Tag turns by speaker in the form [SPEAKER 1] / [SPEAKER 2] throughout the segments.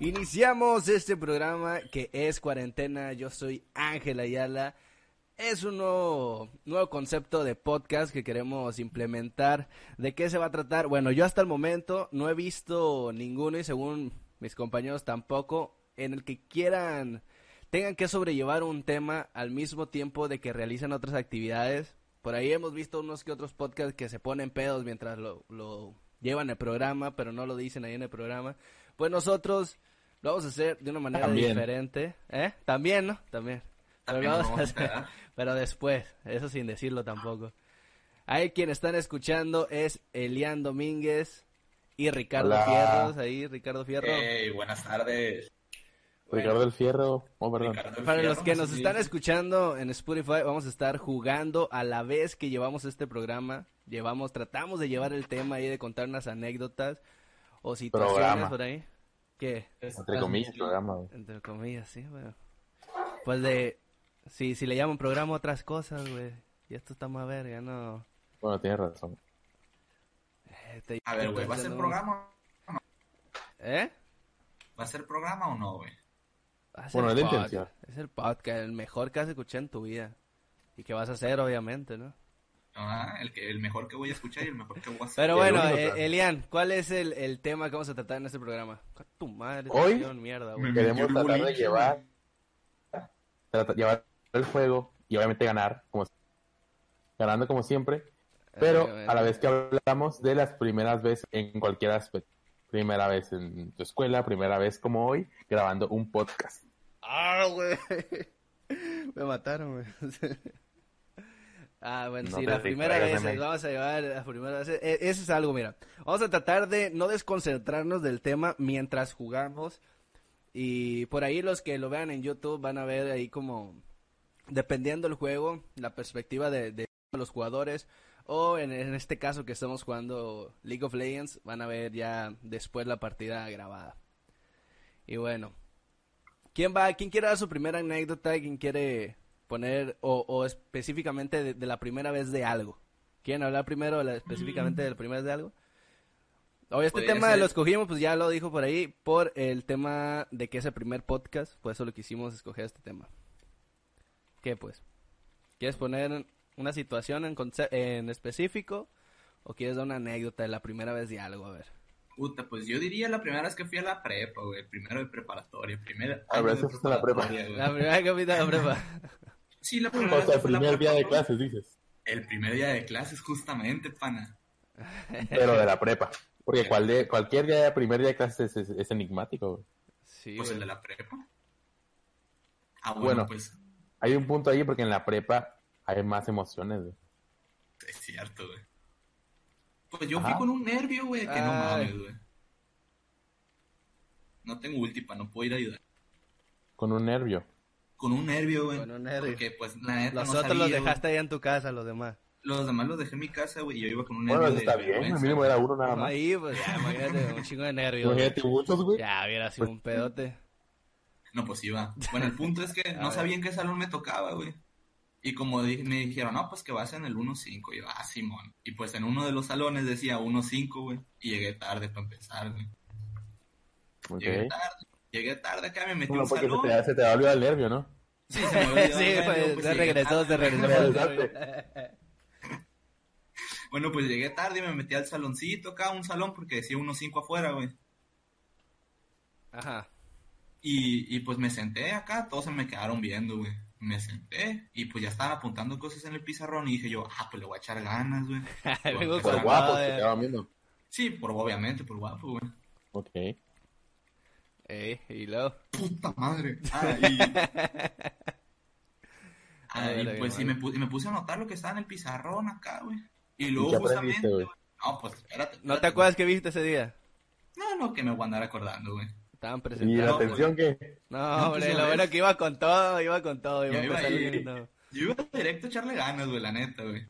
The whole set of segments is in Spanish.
[SPEAKER 1] Iniciamos este programa que es cuarentena. Yo soy Ángel Ayala. Es un nuevo, nuevo concepto de podcast que queremos implementar. ¿De qué se va a tratar? Bueno, yo hasta el momento no he visto ninguno y según mis compañeros tampoco, en el que quieran, tengan que sobrellevar un tema al mismo tiempo de que realizan otras actividades. Por ahí hemos visto unos que otros podcasts que se ponen pedos mientras lo, lo llevan el programa, pero no lo dicen ahí en el programa. Pues nosotros lo vamos a hacer de una manera
[SPEAKER 2] También.
[SPEAKER 1] diferente. ¿Eh? También, ¿no? También.
[SPEAKER 3] Ah,
[SPEAKER 1] Pero, lo vamos
[SPEAKER 3] ¿eh?
[SPEAKER 1] a hacer- pero después, eso sin decirlo tampoco. Ahí quien están escuchando es Elian Domínguez y Ricardo
[SPEAKER 2] Hola.
[SPEAKER 1] Fierros. Ahí, Ricardo Fierro.
[SPEAKER 3] Hey, buenas tardes.
[SPEAKER 2] Ricardo del Fierro. Oh, perdón.
[SPEAKER 3] Ricardo
[SPEAKER 1] Para
[SPEAKER 3] Fierro,
[SPEAKER 1] los que
[SPEAKER 3] no
[SPEAKER 1] nos
[SPEAKER 3] sé si-
[SPEAKER 1] están escuchando en Spotify, vamos a estar jugando a la vez que llevamos este programa. Llevamos, tratamos de llevar el tema ahí, de contar unas anécdotas o situaciones
[SPEAKER 2] Programa.
[SPEAKER 1] por ahí. ¿Qué?
[SPEAKER 2] Entre comillas, programa. güey.
[SPEAKER 1] Entre comillas, sí, bueno. Pues de... Si, si le llaman programa a otras cosas, güey. Y esto está más verga, no.
[SPEAKER 2] Bueno, tienes
[SPEAKER 3] Mm,
[SPEAKER 2] razón.
[SPEAKER 1] Este,
[SPEAKER 3] A ver, güey, ¿va a ser
[SPEAKER 1] no.
[SPEAKER 3] programa?
[SPEAKER 1] ¿Eh?
[SPEAKER 3] ¿Va a ser programa o no, güey?
[SPEAKER 1] Va a ser
[SPEAKER 2] Bueno, es la
[SPEAKER 1] pod-
[SPEAKER 2] intención.
[SPEAKER 1] Es el podcast, el mejor que has escuchado en tu vida. Y que vas a hacer, obviamente, ¿no?
[SPEAKER 3] Ah, el, que, el mejor que voy a escuchar y el mejor que voy a hacer.
[SPEAKER 1] Pero
[SPEAKER 2] El
[SPEAKER 1] bueno,
[SPEAKER 2] único
[SPEAKER 1] eh,
[SPEAKER 2] plan.
[SPEAKER 1] Elian, ¿cuál es el, el tema que vamos a tratar en este programa? Con Tu madre, te
[SPEAKER 2] ¿Hoy?
[SPEAKER 1] dieron mierda, güey.
[SPEAKER 3] Me metió
[SPEAKER 2] Queremos
[SPEAKER 3] el
[SPEAKER 2] tratar de
[SPEAKER 3] boliche,
[SPEAKER 2] llevar, trata- llevar el juego y obviamente ganar, como ganando como siempre, pero
[SPEAKER 1] Eh,
[SPEAKER 2] a la vez que hablamos de las primeras veces en cualquier aspecto. Primera vez en tu escuela, primera vez como hoy, grabando un podcast.
[SPEAKER 1] Ah, güey. Me mataron, güey. Ah, bueno,
[SPEAKER 2] No
[SPEAKER 1] sí,
[SPEAKER 2] te
[SPEAKER 1] la primera
[SPEAKER 2] distraigas,
[SPEAKER 1] vez,
[SPEAKER 2] Meme.
[SPEAKER 1] vamos a llevar la primera vez. E- Ese es algo, mira. Vamos a tratar de no desconcentrarnos del tema mientras jugamos. Y por ahí los que lo vean en YouTube van a ver ahí como, dependiendo del juego, la perspectiva de, de los jugadores. O en, en este caso que estamos jugando League of Legends, van a ver ya después la partida grabada. Y bueno, ¿quién va? ¿Quién quiere dar su primera anécdota? ¿Quién quiere poner o, o específicamente de, de la primera vez de algo? ¿Quieren hablar primero de la- específicamente de la primera vez de algo? Hoy este
[SPEAKER 3] Mm. Podría
[SPEAKER 1] tema
[SPEAKER 3] ser-
[SPEAKER 1] lo escogimos, pues ya lo dijo por ahí, por el tema de que es el primer podcast, por eso lo quisimos escoger este tema. ¿Qué pues? ¿Quieres poner una situación en, conce- en específico o quieres dar una anécdota de la primera vez de algo? A ver.
[SPEAKER 3] Puta, pues yo diría la primera vez que fui a la prepa, güey. Primero de preparatoria, primero.
[SPEAKER 2] A ver, ¿se fuiste a la prepa?
[SPEAKER 1] La primera capita de la prepa.
[SPEAKER 3] Sí, la primera
[SPEAKER 2] O
[SPEAKER 3] vez
[SPEAKER 2] sea,
[SPEAKER 3] que
[SPEAKER 2] el
[SPEAKER 3] fui a la
[SPEAKER 2] primer día
[SPEAKER 3] prepa,
[SPEAKER 2] de
[SPEAKER 3] ¿no?
[SPEAKER 2] clases, dices,
[SPEAKER 3] El primer día de clases, justamente, pana.
[SPEAKER 2] pero de la prepa. Porque cual de- cualquier día, primer día de clases es, es- es enigmático. güey.
[SPEAKER 1] Sí,
[SPEAKER 3] Pues el
[SPEAKER 1] güey.
[SPEAKER 3] de la prepa. Ah,
[SPEAKER 2] Bueno.
[SPEAKER 3] bueno, pues
[SPEAKER 2] Hay un punto ahí porque en la prepa hay más emociones. güey.
[SPEAKER 3] es cierto, güey. Pues yo fui
[SPEAKER 2] Ajá.
[SPEAKER 3] con un nervio, güey, que no
[SPEAKER 1] Ay.
[SPEAKER 3] mames, güey. No tengo última, no puedo ir a ayudar.
[SPEAKER 2] Con un nervio.
[SPEAKER 3] Con un nervio, güey.
[SPEAKER 1] Con un nervio.
[SPEAKER 3] Porque, pues, la neta,
[SPEAKER 1] Los
[SPEAKER 3] no
[SPEAKER 1] otros
[SPEAKER 3] sabía,
[SPEAKER 1] los
[SPEAKER 3] güey.
[SPEAKER 1] dejaste allá en tu casa, los demás.
[SPEAKER 3] Los demás los dejé en mi casa, güey, y yo iba con un nervio
[SPEAKER 2] Bueno, eso
[SPEAKER 3] de
[SPEAKER 2] está bien,
[SPEAKER 3] vergüenza,
[SPEAKER 2] al mínimo
[SPEAKER 3] güey.
[SPEAKER 2] era uno nada más.
[SPEAKER 1] Ahí, pues ya, imagínate, un chingo de nervios. güey.
[SPEAKER 2] Imagínate muchos, güey.
[SPEAKER 1] Ya, hubiera sido un pedote.
[SPEAKER 3] No, pues iba. Bueno, el punto es que no sabía en qué salón me tocaba, güey. Y como di- me dijeron, no, pues que vas en el 1-5. Y yo, ah, Simón. Y pues en uno de los salones decía 1-5, güey. Y llegué tarde para empezar, güey.
[SPEAKER 2] Ok.
[SPEAKER 3] Llegué tarde. Llegué tarde acá, me metí a un
[SPEAKER 2] Bueno,
[SPEAKER 1] Este,
[SPEAKER 2] porque se
[SPEAKER 3] salón.
[SPEAKER 2] te, se te va a olvidar el nervio, ¿no?
[SPEAKER 3] Sí, se me
[SPEAKER 1] Sí,
[SPEAKER 3] olvidó, güey,
[SPEAKER 1] pues,
[SPEAKER 3] digo,
[SPEAKER 1] se
[SPEAKER 3] llegué
[SPEAKER 1] regresó,
[SPEAKER 3] tarde,
[SPEAKER 1] se
[SPEAKER 3] güey.
[SPEAKER 1] regresó.
[SPEAKER 3] Bueno, pues llegué tarde y me metí al saloncito acá, un salón, porque decía 1-5 afuera, güey.
[SPEAKER 1] Ajá.
[SPEAKER 3] Y, y pues me senté acá, todos se me quedaron viendo, güey. me senté y pues ya estaban apuntando cosas en el pizarrón y dije yo, ah, pues le voy a echar ganas, güey. Voy a
[SPEAKER 1] Vengo
[SPEAKER 3] empezar
[SPEAKER 2] Por
[SPEAKER 1] con-
[SPEAKER 3] a-
[SPEAKER 2] guapo,
[SPEAKER 1] Ah,
[SPEAKER 2] te
[SPEAKER 1] ya.
[SPEAKER 2] quedaba viendo.
[SPEAKER 3] Sí, por obviamente, por guapo, güey.
[SPEAKER 2] Ok.
[SPEAKER 1] Ey, y luego.
[SPEAKER 3] Puta madre. Ah, y... Ah,
[SPEAKER 1] A
[SPEAKER 3] y
[SPEAKER 1] ver,
[SPEAKER 3] pues
[SPEAKER 1] a
[SPEAKER 3] sí,
[SPEAKER 1] ver.
[SPEAKER 3] me, pu- y me puse a anotar lo que estaba en el pizarrón acá, güey. Y
[SPEAKER 2] qué
[SPEAKER 3] luego
[SPEAKER 2] aprendiste,
[SPEAKER 3] justamente,
[SPEAKER 2] güey?
[SPEAKER 3] güey. No, pues espérate.
[SPEAKER 1] ¿No te
[SPEAKER 3] espérate,
[SPEAKER 1] acuerdas que viste ese día?
[SPEAKER 3] güey. No, no, que me voy a andar acordando, güey.
[SPEAKER 1] Estaban
[SPEAKER 2] Y la
[SPEAKER 1] presentando.
[SPEAKER 3] te-
[SPEAKER 2] atención que.
[SPEAKER 1] No, hombre,
[SPEAKER 3] pues, a
[SPEAKER 1] lo
[SPEAKER 3] ver.
[SPEAKER 1] bueno que iba con todo, iba con todo, iba a
[SPEAKER 3] Yo iba,
[SPEAKER 1] empezar
[SPEAKER 3] ahí-
[SPEAKER 1] diciendo.
[SPEAKER 3] yo iba directo a echarle ganas, güey, la neta, güey.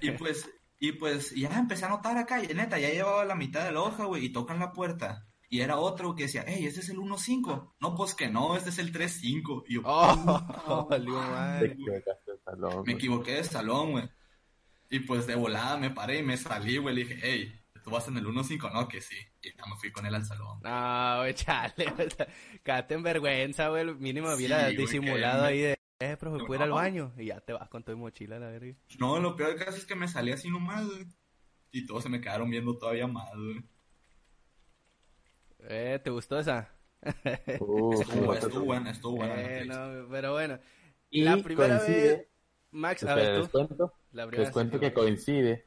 [SPEAKER 3] Y pues, y pues, ya empecé a notar acá, y neta, ya llevaba la mitad de la hoja, güey, y tocan la puerta. Y era otro que decía, hey, este es el 1-5. No, pues que no, este es el 3-5. Y yo,
[SPEAKER 1] Oh, valió madre.
[SPEAKER 2] Te equivocaste el salón.
[SPEAKER 3] Me
[SPEAKER 2] güey.
[SPEAKER 3] equivoqué de salón, güey. Y pues de volada me paré y me salí, güey. Le dije, hey, tú vas en el 1-5, no, que sí. Y ya me fui con él al salón.
[SPEAKER 1] No, güey, chale. o sea, Cállate en vergüenza, güey. Mínimo
[SPEAKER 3] Sí,
[SPEAKER 1] hubiera
[SPEAKER 3] güey,
[SPEAKER 1] disimulado
[SPEAKER 3] que-
[SPEAKER 1] ahí de. Eh, profe, ¿puedo ir al
[SPEAKER 3] No.
[SPEAKER 1] baño? Y ya te vas con tu mochila, la verga.
[SPEAKER 3] No, lo peor casi es que me salí así nomás, güey. Y todos se me quedaron viendo todavía más, güey.
[SPEAKER 1] Eh, ¿te gustó esa?
[SPEAKER 2] Uh,
[SPEAKER 3] Estuvo,
[SPEAKER 2] sí,
[SPEAKER 3] estuvo buena, estuvo buena. la
[SPEAKER 1] eh,
[SPEAKER 3] noticia.
[SPEAKER 1] no, pero bueno.
[SPEAKER 2] Y
[SPEAKER 1] la primera
[SPEAKER 2] coincide-
[SPEAKER 1] vez, Max, a
[SPEAKER 2] Espera,
[SPEAKER 1] ver
[SPEAKER 2] les
[SPEAKER 1] tú.
[SPEAKER 2] cuento.
[SPEAKER 1] La primera
[SPEAKER 2] Les
[SPEAKER 1] vez
[SPEAKER 2] cuento
[SPEAKER 1] tú.
[SPEAKER 2] que coincide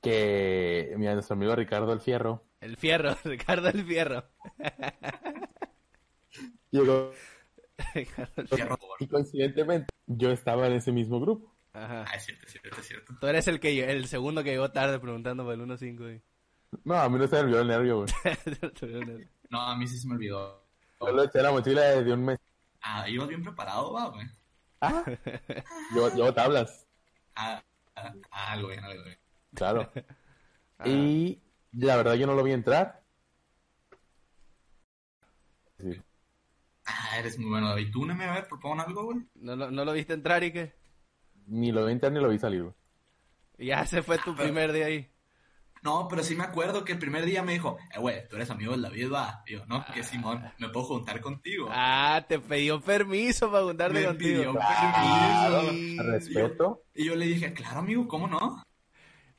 [SPEAKER 2] que mira, nuestro amigo Ricardo el Fierro
[SPEAKER 1] El fierro, Ricardo el fierro.
[SPEAKER 2] llegó
[SPEAKER 1] Ricardo el-
[SPEAKER 3] Qué horror.
[SPEAKER 2] y coincidentemente yo estaba en ese mismo grupo.
[SPEAKER 1] Ajá.
[SPEAKER 3] Ah, es cierto, es cierto, es cierto.
[SPEAKER 1] Tú eres el que lle- el segundo que llegó tarde preguntando por el 1-5, güey.
[SPEAKER 2] No, a mí no se me olvidó el nervio, güey.
[SPEAKER 3] No, a mí sí se me olvidó.
[SPEAKER 2] Yo lo eché a la mochila de un mes.
[SPEAKER 3] Ah, ibas bien preparado, va, güey.
[SPEAKER 2] Yo, yo tablas,
[SPEAKER 3] Ah, ah, ah, algo bien, algo bien.
[SPEAKER 2] claro. Y la verdad yo no lo vi entrar. Sí.
[SPEAKER 3] Ah, eres muy bueno, David. Tú no me a ver, propon algo, güey.
[SPEAKER 1] ¿No, lo- ¿No lo viste entrar y qué?
[SPEAKER 2] Ni lo vi entrar ni lo vi salir, güey.
[SPEAKER 1] Y Ya se fue tu
[SPEAKER 3] pero-
[SPEAKER 1] primer día ahí.
[SPEAKER 3] No, pero sí me acuerdo que el primer día me dijo, eh, güey, tú eres amigo de David, va. Y yo, no, que Simón, me puedo juntar contigo.
[SPEAKER 1] Ah, te pidió permiso para juntarte
[SPEAKER 3] me
[SPEAKER 1] contigo.
[SPEAKER 3] pidió permiso.
[SPEAKER 1] Sí.
[SPEAKER 2] Respeto.
[SPEAKER 3] Y yo le dije, claro, amigo, ¿cómo no?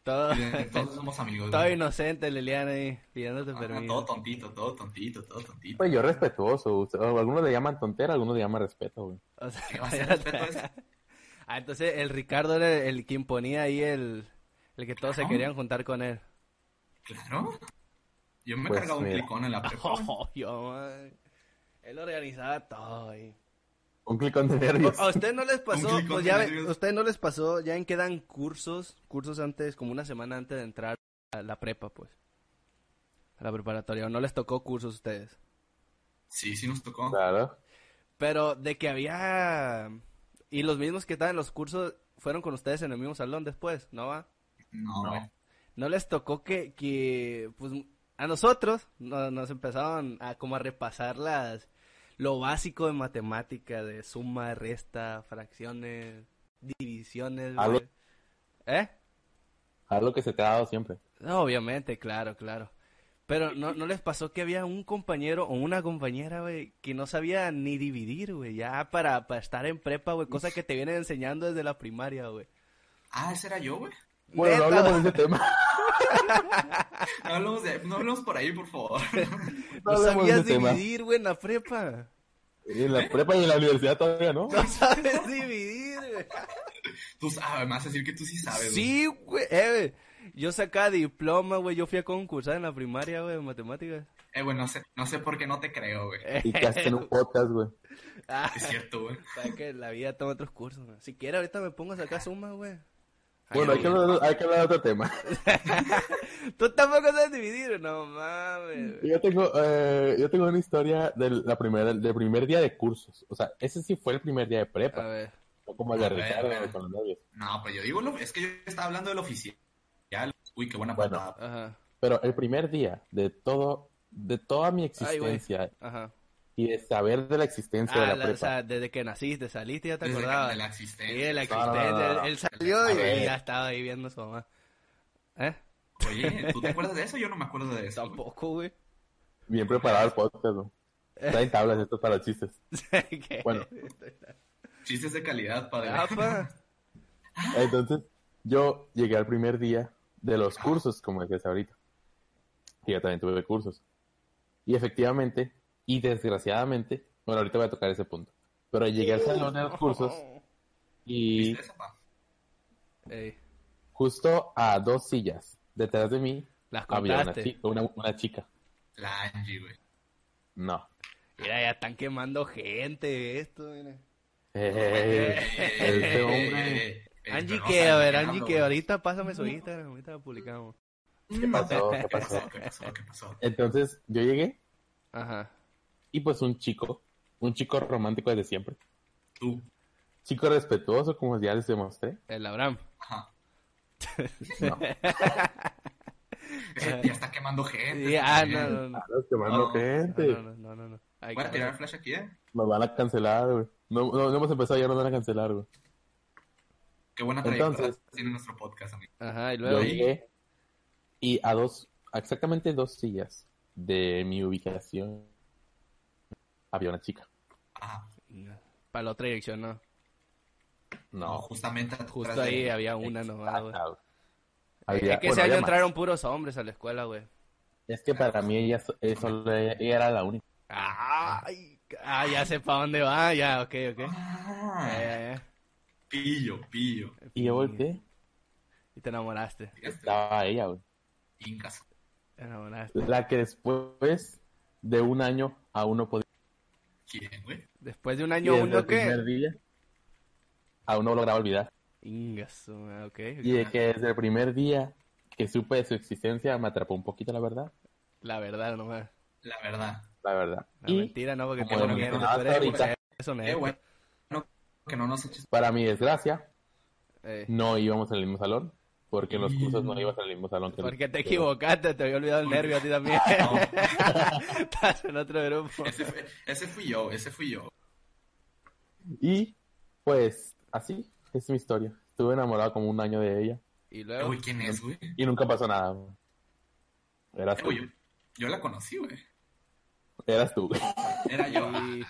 [SPEAKER 1] Todo,
[SPEAKER 3] Y desde Entonces somos amigos.
[SPEAKER 1] todo
[SPEAKER 3] güey.
[SPEAKER 1] inocente, Liliana ahí, pidiéndote
[SPEAKER 3] Ajá, todo
[SPEAKER 1] permiso.
[SPEAKER 3] tontito, todo tontito, todo tontito.
[SPEAKER 2] Pues yo respetuoso. o sea, Algunos le llaman tontera, algunos le llaman respeto, güey.
[SPEAKER 1] O sea,
[SPEAKER 3] ¿Qué va a ser respeto eso?
[SPEAKER 1] ah, entonces el Ricardo era el que imponía ahí el, el que todos se
[SPEAKER 3] Claro.
[SPEAKER 1] querían juntar con él.
[SPEAKER 3] Claro. Yo me
[SPEAKER 2] Pues,
[SPEAKER 3] cargaba un
[SPEAKER 2] mira.
[SPEAKER 3] tricón en la prepa.
[SPEAKER 1] Oh, yo, man. Él organizaba todo ahí.
[SPEAKER 2] Un clicón de nervios.
[SPEAKER 1] ¿A usted no les pasó?
[SPEAKER 3] clic
[SPEAKER 1] Pues
[SPEAKER 3] con
[SPEAKER 1] ya,
[SPEAKER 3] tus
[SPEAKER 1] ve-
[SPEAKER 3] nervios.
[SPEAKER 1] ¿Usted no les pasó? Ya en quedan cursos, cursos antes, como una semana antes de entrar a la prepa, pues. A la preparatoria. ¿O no les tocó cursos a ustedes?
[SPEAKER 3] Sí, sí nos
[SPEAKER 1] oh.
[SPEAKER 3] tocó.
[SPEAKER 2] Claro.
[SPEAKER 1] Pero de que había... Y los mismos que estaban en los cursos fueron con ustedes en el mismo salón después, ¿no va?
[SPEAKER 3] No,
[SPEAKER 2] No.
[SPEAKER 3] güey.
[SPEAKER 1] No les tocó que, que pues, a nosotros no- nos empezaban a como a repasar las... Lo básico de matemática, de suma, resta, fracciones, divisiones,
[SPEAKER 2] Algo-
[SPEAKER 1] güey. ¿Eh?
[SPEAKER 2] Haz lo que se te ha dado siempre.
[SPEAKER 1] No, obviamente, claro, claro. Pero ¿no, no les pasó que había un compañero o una compañera, güey, que no sabía ni dividir, güey, ya para, para estar en prepa, güey, cosa que te vienen enseñando desde la primaria, güey.
[SPEAKER 3] Ah, ese era yo, güey.
[SPEAKER 2] Bueno, no
[SPEAKER 1] Neta,
[SPEAKER 2] hablemos de ese tema.
[SPEAKER 3] No hablemos, de- no hablemos por ahí, por favor.
[SPEAKER 2] No
[SPEAKER 1] No
[SPEAKER 2] hablemos de
[SPEAKER 1] sabías
[SPEAKER 2] ese tema.
[SPEAKER 1] dividir, güey, en la prepa.
[SPEAKER 2] En la prepa y en la universidad todavía, ¿no?
[SPEAKER 1] No sabes dividir, güey.
[SPEAKER 3] Tú sabes, me vas a decir que tú sí sabes, güey.
[SPEAKER 1] Sí, güey. eh, güey. yo sacaba diploma, güey, yo fui a concursar en la primaria, güey, de matemáticas.
[SPEAKER 3] Eh, güey, no sé, no sé por qué no te creo, güey.
[SPEAKER 2] Y que hacen un podcast, güey.
[SPEAKER 1] Ah,
[SPEAKER 3] Es cierto, güey.
[SPEAKER 1] para que la vida toma otros cursos, güey. Si quieres, ahorita me pongo a sacar sumas, güey.
[SPEAKER 2] Bueno, hay que, hablar, hay que hablar de otro tema.
[SPEAKER 1] Tú tampoco sabes dividir, no mames. güey.
[SPEAKER 2] Yo tengo, eh, yo tengo una historia del, la primera, del primer día de cursos. O sea, ese sí fue el primer día de
[SPEAKER 1] A
[SPEAKER 2] prepa.
[SPEAKER 1] ver.
[SPEAKER 2] No como el de
[SPEAKER 3] A ver,
[SPEAKER 2] Ricardo
[SPEAKER 3] a ver.
[SPEAKER 2] con los novios.
[SPEAKER 3] No, pero yo digo, lo- es que yo estaba hablando del oficial. Uy, qué buena
[SPEAKER 2] Bueno.
[SPEAKER 3] patada.
[SPEAKER 1] Ajá,
[SPEAKER 2] Pero el primer día de todo, de toda mi
[SPEAKER 1] Ay, güey.
[SPEAKER 2] existencia
[SPEAKER 1] ajá.
[SPEAKER 2] y de saber de la
[SPEAKER 1] Ah,
[SPEAKER 2] existencia de la,
[SPEAKER 1] la- o
[SPEAKER 2] prepa.
[SPEAKER 1] sea, desde que naciste, saliste, ya te
[SPEAKER 3] Desde que-
[SPEAKER 1] acordabas.
[SPEAKER 3] de la
[SPEAKER 1] Sí,
[SPEAKER 3] existencia.
[SPEAKER 1] de la Ah,
[SPEAKER 2] No, no, no,
[SPEAKER 1] existencia.
[SPEAKER 2] no, no.
[SPEAKER 1] Él, él salió
[SPEAKER 2] A
[SPEAKER 1] y,
[SPEAKER 2] ver.
[SPEAKER 1] ya estaba ahí viendo a su mamá. ¿Eh?
[SPEAKER 3] Oye, ¿tú te acuerdas de eso? Yo no me acuerdo de eso. güey.
[SPEAKER 1] Tampoco, güey.
[SPEAKER 2] Bien preparado el podcast, ¿no? Traen tablas estos para chistes.
[SPEAKER 1] ¿Qué? Ah,
[SPEAKER 2] Bueno.
[SPEAKER 3] Chistes de calidad, padre.
[SPEAKER 1] Apa.
[SPEAKER 2] Entonces, yo llegué al primer día de los cursos, como decías ahorita. Y yo también tuve cursos. Y efectivamente, y desgraciadamente, bueno, ahorita voy a tocar ese punto. Pero llegué al salón de los cursos y
[SPEAKER 3] ¿Viste esa, pa?
[SPEAKER 1] Oh. Ey,
[SPEAKER 2] justo a dos sillas detrás de mí
[SPEAKER 1] Las
[SPEAKER 2] había una
[SPEAKER 1] contaste.
[SPEAKER 2] chica, una, una chica.
[SPEAKER 3] La Angie, güey.
[SPEAKER 2] No.
[SPEAKER 1] mira, ya están quemando gente esto, mira.
[SPEAKER 2] Eh, este hombre.
[SPEAKER 3] Eh, eh,
[SPEAKER 1] Angie
[SPEAKER 3] pero no
[SPEAKER 1] que,
[SPEAKER 3] saben
[SPEAKER 1] a
[SPEAKER 3] de
[SPEAKER 1] ver,
[SPEAKER 3] qué
[SPEAKER 1] Angie
[SPEAKER 3] hablo,
[SPEAKER 1] que
[SPEAKER 3] güey.
[SPEAKER 1] ahorita pásame su Instagram, ahorita la publicamos.
[SPEAKER 2] ¿Qué pasó? ¿Qué
[SPEAKER 3] Mm. ¿Qué
[SPEAKER 2] pasó?
[SPEAKER 3] pasó? ¿Qué pasó? ¿Qué pasó?
[SPEAKER 2] Entonces yo llegué
[SPEAKER 1] Ajá.
[SPEAKER 2] y pues un chico, un chico romántico desde siempre,
[SPEAKER 3] Tú.
[SPEAKER 2] chico respetuoso como ya les demostré.
[SPEAKER 1] El Abraham.
[SPEAKER 3] Ajá.
[SPEAKER 2] No.
[SPEAKER 3] Ese ya está quemando gente.
[SPEAKER 1] Ah. Sí, ah,
[SPEAKER 3] está
[SPEAKER 1] no,
[SPEAKER 3] bien.
[SPEAKER 1] no, no.
[SPEAKER 2] Claro, quemando
[SPEAKER 3] No,
[SPEAKER 2] gente.
[SPEAKER 1] Ah, No, no, no, no, no. Ay,
[SPEAKER 3] Voy a tirar
[SPEAKER 1] cabrón.
[SPEAKER 3] flash aquí, ¿eh?
[SPEAKER 2] Nos van a cancelar, güey. No, no, no hemos empezado, ya nos van a cancelar, güey.
[SPEAKER 3] Qué buena
[SPEAKER 2] Entonces-
[SPEAKER 3] trayectoria tiene nuestro podcast, amigo.
[SPEAKER 1] Ajá, y
[SPEAKER 2] Yo
[SPEAKER 1] luego.
[SPEAKER 2] llegué y a dos, a exactamente dos sillas de mi ubicación había una chica.
[SPEAKER 3] Ajá.
[SPEAKER 1] Para la otra dirección, no.
[SPEAKER 3] No,
[SPEAKER 2] No,
[SPEAKER 3] justamente atrás
[SPEAKER 1] Justo
[SPEAKER 3] de-
[SPEAKER 1] ahí había una nomás, güey.
[SPEAKER 2] Ah, güey.
[SPEAKER 1] Es
[SPEAKER 2] Había-
[SPEAKER 1] que
[SPEAKER 2] bueno,
[SPEAKER 1] ese año
[SPEAKER 2] había más.
[SPEAKER 1] entraron puros hombres a la escuela, güey.
[SPEAKER 2] Es que para mí ella, so- eh, solo ella- ella era la única.
[SPEAKER 1] Ay, ah, ya sé para dónde va, ya, ok, ok. Ya,
[SPEAKER 3] Ah,
[SPEAKER 1] ya, ya.
[SPEAKER 3] pillo, pillo.
[SPEAKER 2] Y yo volteé,
[SPEAKER 1] Y te enamoraste,
[SPEAKER 3] Fíjate,
[SPEAKER 2] estaba ella, güey.
[SPEAKER 3] incas.
[SPEAKER 1] te enamoraste.
[SPEAKER 2] La que después de un año aún no podía.
[SPEAKER 3] ¿Quién, güey?
[SPEAKER 1] Después de un
[SPEAKER 2] Y
[SPEAKER 1] año
[SPEAKER 2] desde
[SPEAKER 1] uno,
[SPEAKER 2] el primer
[SPEAKER 1] ¿qué?
[SPEAKER 2] día aún no lograba olvidar.
[SPEAKER 1] Ingaso, ah, ok.
[SPEAKER 2] Y de que desde el primer día que supe de su existencia me atrapó un poquito, la verdad.
[SPEAKER 1] La verdad, nomás.
[SPEAKER 3] La verdad.
[SPEAKER 2] La verdad.
[SPEAKER 1] La
[SPEAKER 2] Y
[SPEAKER 1] mentira, no, porque
[SPEAKER 2] como
[SPEAKER 1] te
[SPEAKER 2] lo
[SPEAKER 1] mierda,
[SPEAKER 2] mencionaba
[SPEAKER 1] tú eres
[SPEAKER 2] hasta ahorita.
[SPEAKER 1] eso,
[SPEAKER 3] Qué
[SPEAKER 1] honesto.
[SPEAKER 3] bueno que no nos eches.
[SPEAKER 2] para mi desgracia,
[SPEAKER 1] Eh,
[SPEAKER 2] no íbamos al mismo salón. Porque en los cursos no ibas al mismo salón que
[SPEAKER 1] Mm. Porque te
[SPEAKER 2] que-
[SPEAKER 1] equivocaste, te había olvidado el nervio a ti también. Estás en otro grupo.
[SPEAKER 3] Ese, fue- ese fui yo, ese fui yo.
[SPEAKER 2] Y pues así es mi historia. Estuve enamorado como un año de ella
[SPEAKER 1] Y
[SPEAKER 3] Eh,
[SPEAKER 1] luego,
[SPEAKER 3] Güey, ¿quién es, güey? Eh,
[SPEAKER 2] y nunca pasó nada. güey. Eras tú.
[SPEAKER 3] güey, yo, yo la conocí, güey.
[SPEAKER 2] Eras tú. güey.
[SPEAKER 3] Era yo.
[SPEAKER 1] Y-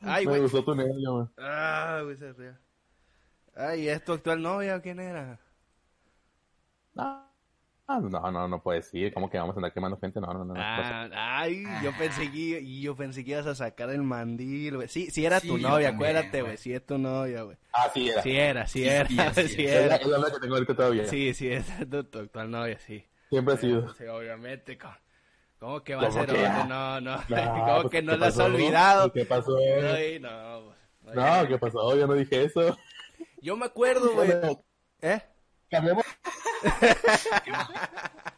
[SPEAKER 1] ay,
[SPEAKER 2] Me
[SPEAKER 1] güey.
[SPEAKER 2] gustó tu nervio, güey.
[SPEAKER 1] Ah, güey, se ríe. Ay, ¿es tu actual novia o quién era?
[SPEAKER 2] No, Ah, no, no, no puede decir. ¿Cómo que vamos a andar quemando gente? No, no, no. no.
[SPEAKER 1] Ah, ay, yo pensé que y yo pensé que ibas a sacar el mandil, güey. Sí, sí era
[SPEAKER 3] Sí,
[SPEAKER 1] tu
[SPEAKER 3] yo
[SPEAKER 1] novia,
[SPEAKER 3] también,
[SPEAKER 1] acuérdate,
[SPEAKER 3] güey.
[SPEAKER 1] güey. Sí es tu novia, güey.
[SPEAKER 2] Ah, sí, era.
[SPEAKER 1] Sí era, sí
[SPEAKER 3] Sí,
[SPEAKER 1] era,
[SPEAKER 3] sí, sí,
[SPEAKER 1] sí
[SPEAKER 3] sí.
[SPEAKER 2] Es la,
[SPEAKER 1] era.
[SPEAKER 2] es la que tengo ahorita todavía.
[SPEAKER 1] Sí, sí, esa es tu, tu actual novia, sí.
[SPEAKER 2] Siempre ha sido.
[SPEAKER 1] Sí, obviamente. co- ¿Cómo que va a
[SPEAKER 2] ¿Cómo
[SPEAKER 1] ser
[SPEAKER 2] que
[SPEAKER 1] hombre?
[SPEAKER 2] ya?
[SPEAKER 1] No, no.
[SPEAKER 2] No,
[SPEAKER 1] ¿Cómo que
[SPEAKER 2] pues, ¿qué
[SPEAKER 1] no la has
[SPEAKER 2] pasó?
[SPEAKER 1] olvidado?
[SPEAKER 2] ¿Qué pasó?
[SPEAKER 1] Ay, no, pues,
[SPEAKER 2] No,
[SPEAKER 1] oye.
[SPEAKER 2] ¿qué pasó? Yo no dije eso.
[SPEAKER 1] Yo me acuerdo, güey. ¿Eh?
[SPEAKER 2] Cambiamos.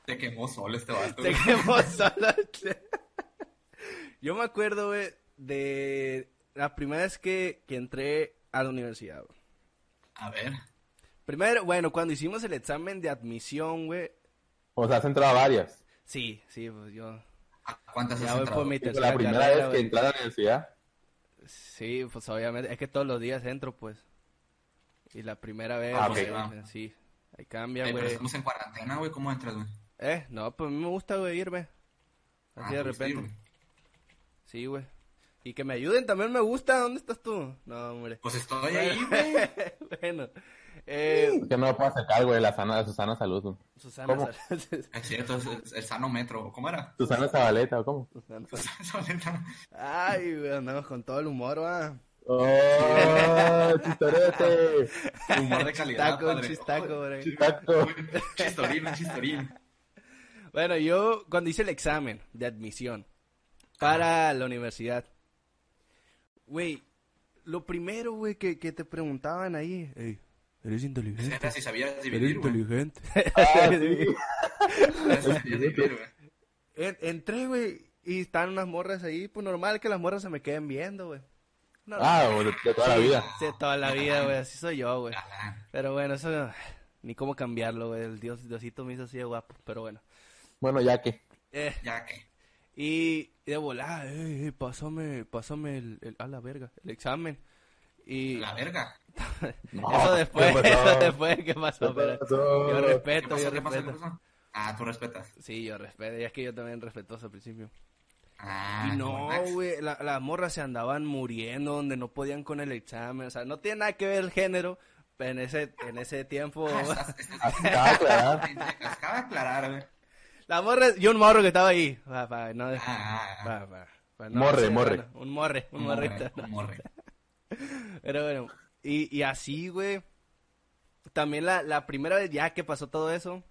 [SPEAKER 3] Te Ah, quemó solo este vato.
[SPEAKER 1] Se
[SPEAKER 3] güey.
[SPEAKER 1] quemó solo. Yo me acuerdo, güey, de la primera vez que, que entré a la universidad, güey.
[SPEAKER 3] A ver.
[SPEAKER 1] Primero, bueno, cuando hicimos el examen de admisión, güey.
[SPEAKER 2] O sea, has entrado a varias.
[SPEAKER 1] Sí, sí, pues yo.
[SPEAKER 3] ¿A cuántas
[SPEAKER 1] Ya
[SPEAKER 3] has
[SPEAKER 1] voy
[SPEAKER 3] entrado?
[SPEAKER 1] por mi
[SPEAKER 2] Tipo,
[SPEAKER 1] tercera
[SPEAKER 2] la primera
[SPEAKER 1] carrera,
[SPEAKER 2] vez que
[SPEAKER 1] güey.
[SPEAKER 2] entré a la universidad.
[SPEAKER 1] Sí, pues obviamente. Es que todos los días entro, pues. Y la primera vez,
[SPEAKER 2] Ah,
[SPEAKER 1] pues,
[SPEAKER 3] ok,
[SPEAKER 1] eh,
[SPEAKER 3] va.
[SPEAKER 1] sí. Ahí cambia,
[SPEAKER 3] Eh, pero
[SPEAKER 1] güey.
[SPEAKER 3] estamos en cuarentena, güey. ¿Cómo entras, güey?
[SPEAKER 1] Eh, no, pues a mí me gusta, güey, ir, güey. Así
[SPEAKER 3] Ah,
[SPEAKER 1] de
[SPEAKER 3] pues sí,
[SPEAKER 1] repente.
[SPEAKER 3] güey.
[SPEAKER 1] Sí, güey. Y que me ayuden también me gusta. ¿Dónde estás tú? No, hombre.
[SPEAKER 3] Pues estoy ahí, güey. Uh.
[SPEAKER 1] bueno. Eh,
[SPEAKER 2] Que no me puedo acercar, güey, la sana, Susana Salud. güey.
[SPEAKER 1] Susana,
[SPEAKER 2] ¿Cómo?
[SPEAKER 1] Sal-
[SPEAKER 3] Es cierto, es el, el sano metro. ¿Cómo era?
[SPEAKER 2] Susana Zabaleta, ¿o cómo?
[SPEAKER 1] Susana.
[SPEAKER 3] Solita.
[SPEAKER 1] Ay, güey, andamos con todo el humor, va.
[SPEAKER 2] ¡Oh! ¡Chistorete!
[SPEAKER 3] Humor de calidad,
[SPEAKER 1] Chistaco,
[SPEAKER 3] padre.
[SPEAKER 1] chistaco,
[SPEAKER 3] Ojo,
[SPEAKER 1] güey.
[SPEAKER 2] ¡Chistaco!
[SPEAKER 3] Chistorín, chistorín.
[SPEAKER 1] Bueno, yo cuando hice el examen de admisión para la universidad, güey, lo primero, güey, que, que te preguntaban ahí, "Ey, ¿eres inteligente?
[SPEAKER 3] Era si sabías
[SPEAKER 1] ¿Eres
[SPEAKER 3] dividir, güey.
[SPEAKER 1] inteligente?
[SPEAKER 2] Ah, sí.
[SPEAKER 3] Era si sabías dividir, güey.
[SPEAKER 1] En- entré, güey, y están unas morras ahí, pues normal que las morras se me queden viendo, güey. Normal.
[SPEAKER 2] Ah, de, de toda la vida.
[SPEAKER 1] Sí, toda la vida, güey, así soy yo, güey.
[SPEAKER 3] Galán.
[SPEAKER 1] Pero bueno, eso ni cómo cambiarlo, güey. El Dios, Diosito me hizo así de guapo, pero bueno.
[SPEAKER 2] Bueno, ya que.
[SPEAKER 1] Eh,
[SPEAKER 3] Ya que.
[SPEAKER 1] y y de volada, eh, eh, pásame, pásame el, el- a la verga, el examen. Y
[SPEAKER 3] La verga.
[SPEAKER 1] eso después,
[SPEAKER 2] ¿qué pasó?
[SPEAKER 1] eso después, ¿qué pasó?
[SPEAKER 2] ¿Qué
[SPEAKER 1] Pero
[SPEAKER 2] pasó?
[SPEAKER 1] yo
[SPEAKER 3] ¿Qué
[SPEAKER 1] respeto, yo
[SPEAKER 3] pasó? ¿Qué pasó? ¿Qué
[SPEAKER 1] respeto.
[SPEAKER 3] pasó? Ah, tú respetas.
[SPEAKER 1] Sí, yo respeto, y es que yo también respetuoso al principio.
[SPEAKER 3] Ah,
[SPEAKER 1] Y
[SPEAKER 3] como
[SPEAKER 1] no,
[SPEAKER 3] Max.
[SPEAKER 1] güey, la- las morras se andaban muriendo donde no podían con el examen, o sea, no tiene nada que ver el género, pero en ese, en ese tiempo...
[SPEAKER 3] Ah, estás- estás-
[SPEAKER 2] Acaba de aclarar.
[SPEAKER 3] Acaba de aclarar, güey.
[SPEAKER 1] La morra, yo un morro que estaba ahí. Pa, pa, no,
[SPEAKER 3] Ah, ah, ah.
[SPEAKER 1] pa, pa, pa, no,
[SPEAKER 2] Morre,
[SPEAKER 1] sí,
[SPEAKER 2] morre.
[SPEAKER 1] bueno, un morre, un
[SPEAKER 3] Un morre,
[SPEAKER 1] morrito.
[SPEAKER 3] un morre.
[SPEAKER 1] Pero bueno, y, y así, güey. También la, la primera vez ya que pasó todo eso,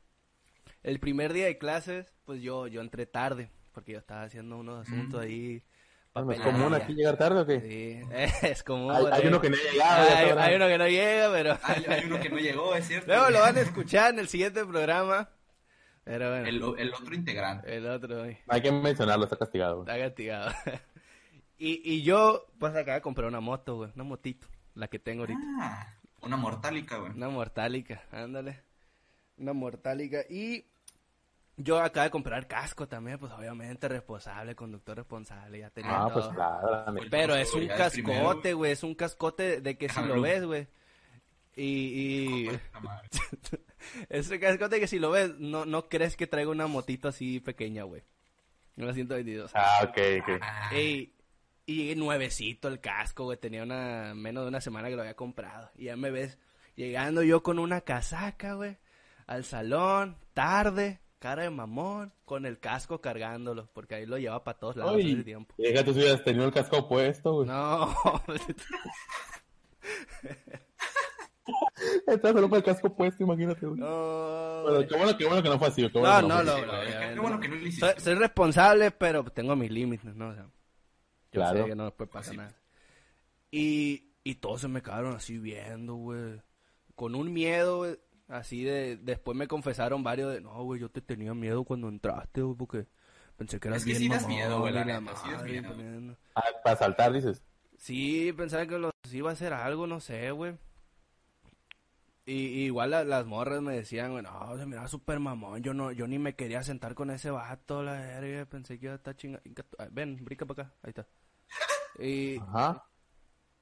[SPEAKER 1] el primer día de clases, pues yo, yo entré tarde, porque yo estaba haciendo unos asuntos
[SPEAKER 3] Mm.
[SPEAKER 1] ahí.
[SPEAKER 2] Bueno, ¿Es
[SPEAKER 1] papelería.
[SPEAKER 2] común aquí llegar tarde o qué?
[SPEAKER 1] Sí, es común.
[SPEAKER 2] Hay, hay
[SPEAKER 1] güey.
[SPEAKER 2] uno que no ha llegado. ya
[SPEAKER 1] Ah, Hay-
[SPEAKER 2] sabrán. Ah,
[SPEAKER 1] hay uno que no llega, pero...
[SPEAKER 3] Hay, hay uno que no llegó, es cierto.
[SPEAKER 1] Luego
[SPEAKER 3] güey.
[SPEAKER 1] lo van a escuchar en el siguiente programa. Pero bueno,
[SPEAKER 3] El,
[SPEAKER 1] el,
[SPEAKER 3] el otro integrante.
[SPEAKER 1] otro güey,
[SPEAKER 2] Hay que mencionarlo, está castigado. güey.
[SPEAKER 1] está castigado. y, y yo, pues acá compré una moto, güey, una motito, la que tengo ahorita.
[SPEAKER 3] Ah, una mortálica,
[SPEAKER 2] Ah.
[SPEAKER 3] güey.
[SPEAKER 1] Una mortálica, ándale. Una mortálica. Y yo acabo de comprar casco también, pues obviamente responsable, conductor responsable, ya tenía
[SPEAKER 2] Ah,
[SPEAKER 1] todo.
[SPEAKER 2] pues claro, la neta.
[SPEAKER 1] Pero es un
[SPEAKER 3] Ya es primero,
[SPEAKER 1] cascote, güey, es un cascote de que si
[SPEAKER 3] Déjame ver.
[SPEAKER 1] lo ves, güey. Y, y
[SPEAKER 3] Puta madre.
[SPEAKER 1] es un cascote que si lo ves, no, no crees que traiga una motito así pequeña, güey. Una 122.
[SPEAKER 2] Ah, ok, ok.
[SPEAKER 1] Ey, y nuevecito el casco, güey. Tenía una, menos de una semana que lo había comprado. Y ya me ves llegando yo con una casaca, güey. Al salón, tarde, cara de mamón, con el casco cargándolo. Porque ahí lo llevaba para todos lados todo
[SPEAKER 2] Ay,
[SPEAKER 1] el tiempo.
[SPEAKER 2] deja tú si hubieras tenido el casco puesto, güey.
[SPEAKER 1] No,
[SPEAKER 2] Estás solo con el casco puesto, imagínate, güey.
[SPEAKER 1] no.
[SPEAKER 2] Bueno, qué bueno, qué bueno que no fue así, qué bueno
[SPEAKER 1] No, no,
[SPEAKER 2] que fue
[SPEAKER 1] lo,
[SPEAKER 2] así.
[SPEAKER 1] lo-
[SPEAKER 3] güey.
[SPEAKER 1] ya,
[SPEAKER 3] Qué
[SPEAKER 1] no.
[SPEAKER 3] bueno que no lo
[SPEAKER 1] soy,
[SPEAKER 3] hiciste.
[SPEAKER 1] soy responsable, pero tengo mis límites, ¿no? O sea, yo
[SPEAKER 2] Claro.
[SPEAKER 1] sé que no puede pasar
[SPEAKER 3] Así.
[SPEAKER 1] nada. Y, y todos se me quedaron así viendo, güey. Con un miedo, güey. Así de... Después me confesaron varios de... No, güey, yo te tenía miedo cuando entraste, güey, porque... Pensé que eras
[SPEAKER 3] Es que
[SPEAKER 1] bien
[SPEAKER 3] sí das
[SPEAKER 1] mamón,
[SPEAKER 3] miedo, güey, la
[SPEAKER 1] y
[SPEAKER 3] neta, sí das
[SPEAKER 1] madre,
[SPEAKER 3] miedo.
[SPEAKER 1] poniendo-
[SPEAKER 2] Ah, para saltar, dices.
[SPEAKER 1] Sí, pensaba que los iba a hacer algo, no sé, güey. Y, y igual la- las morras me decían, güey, no, se miraba súper mamón, yo no, yo ni me quería sentar con ese vato, la verga, pensé que iba a estar chingando. Ven, brinca para acá, ahí está. Y,
[SPEAKER 2] Ajá.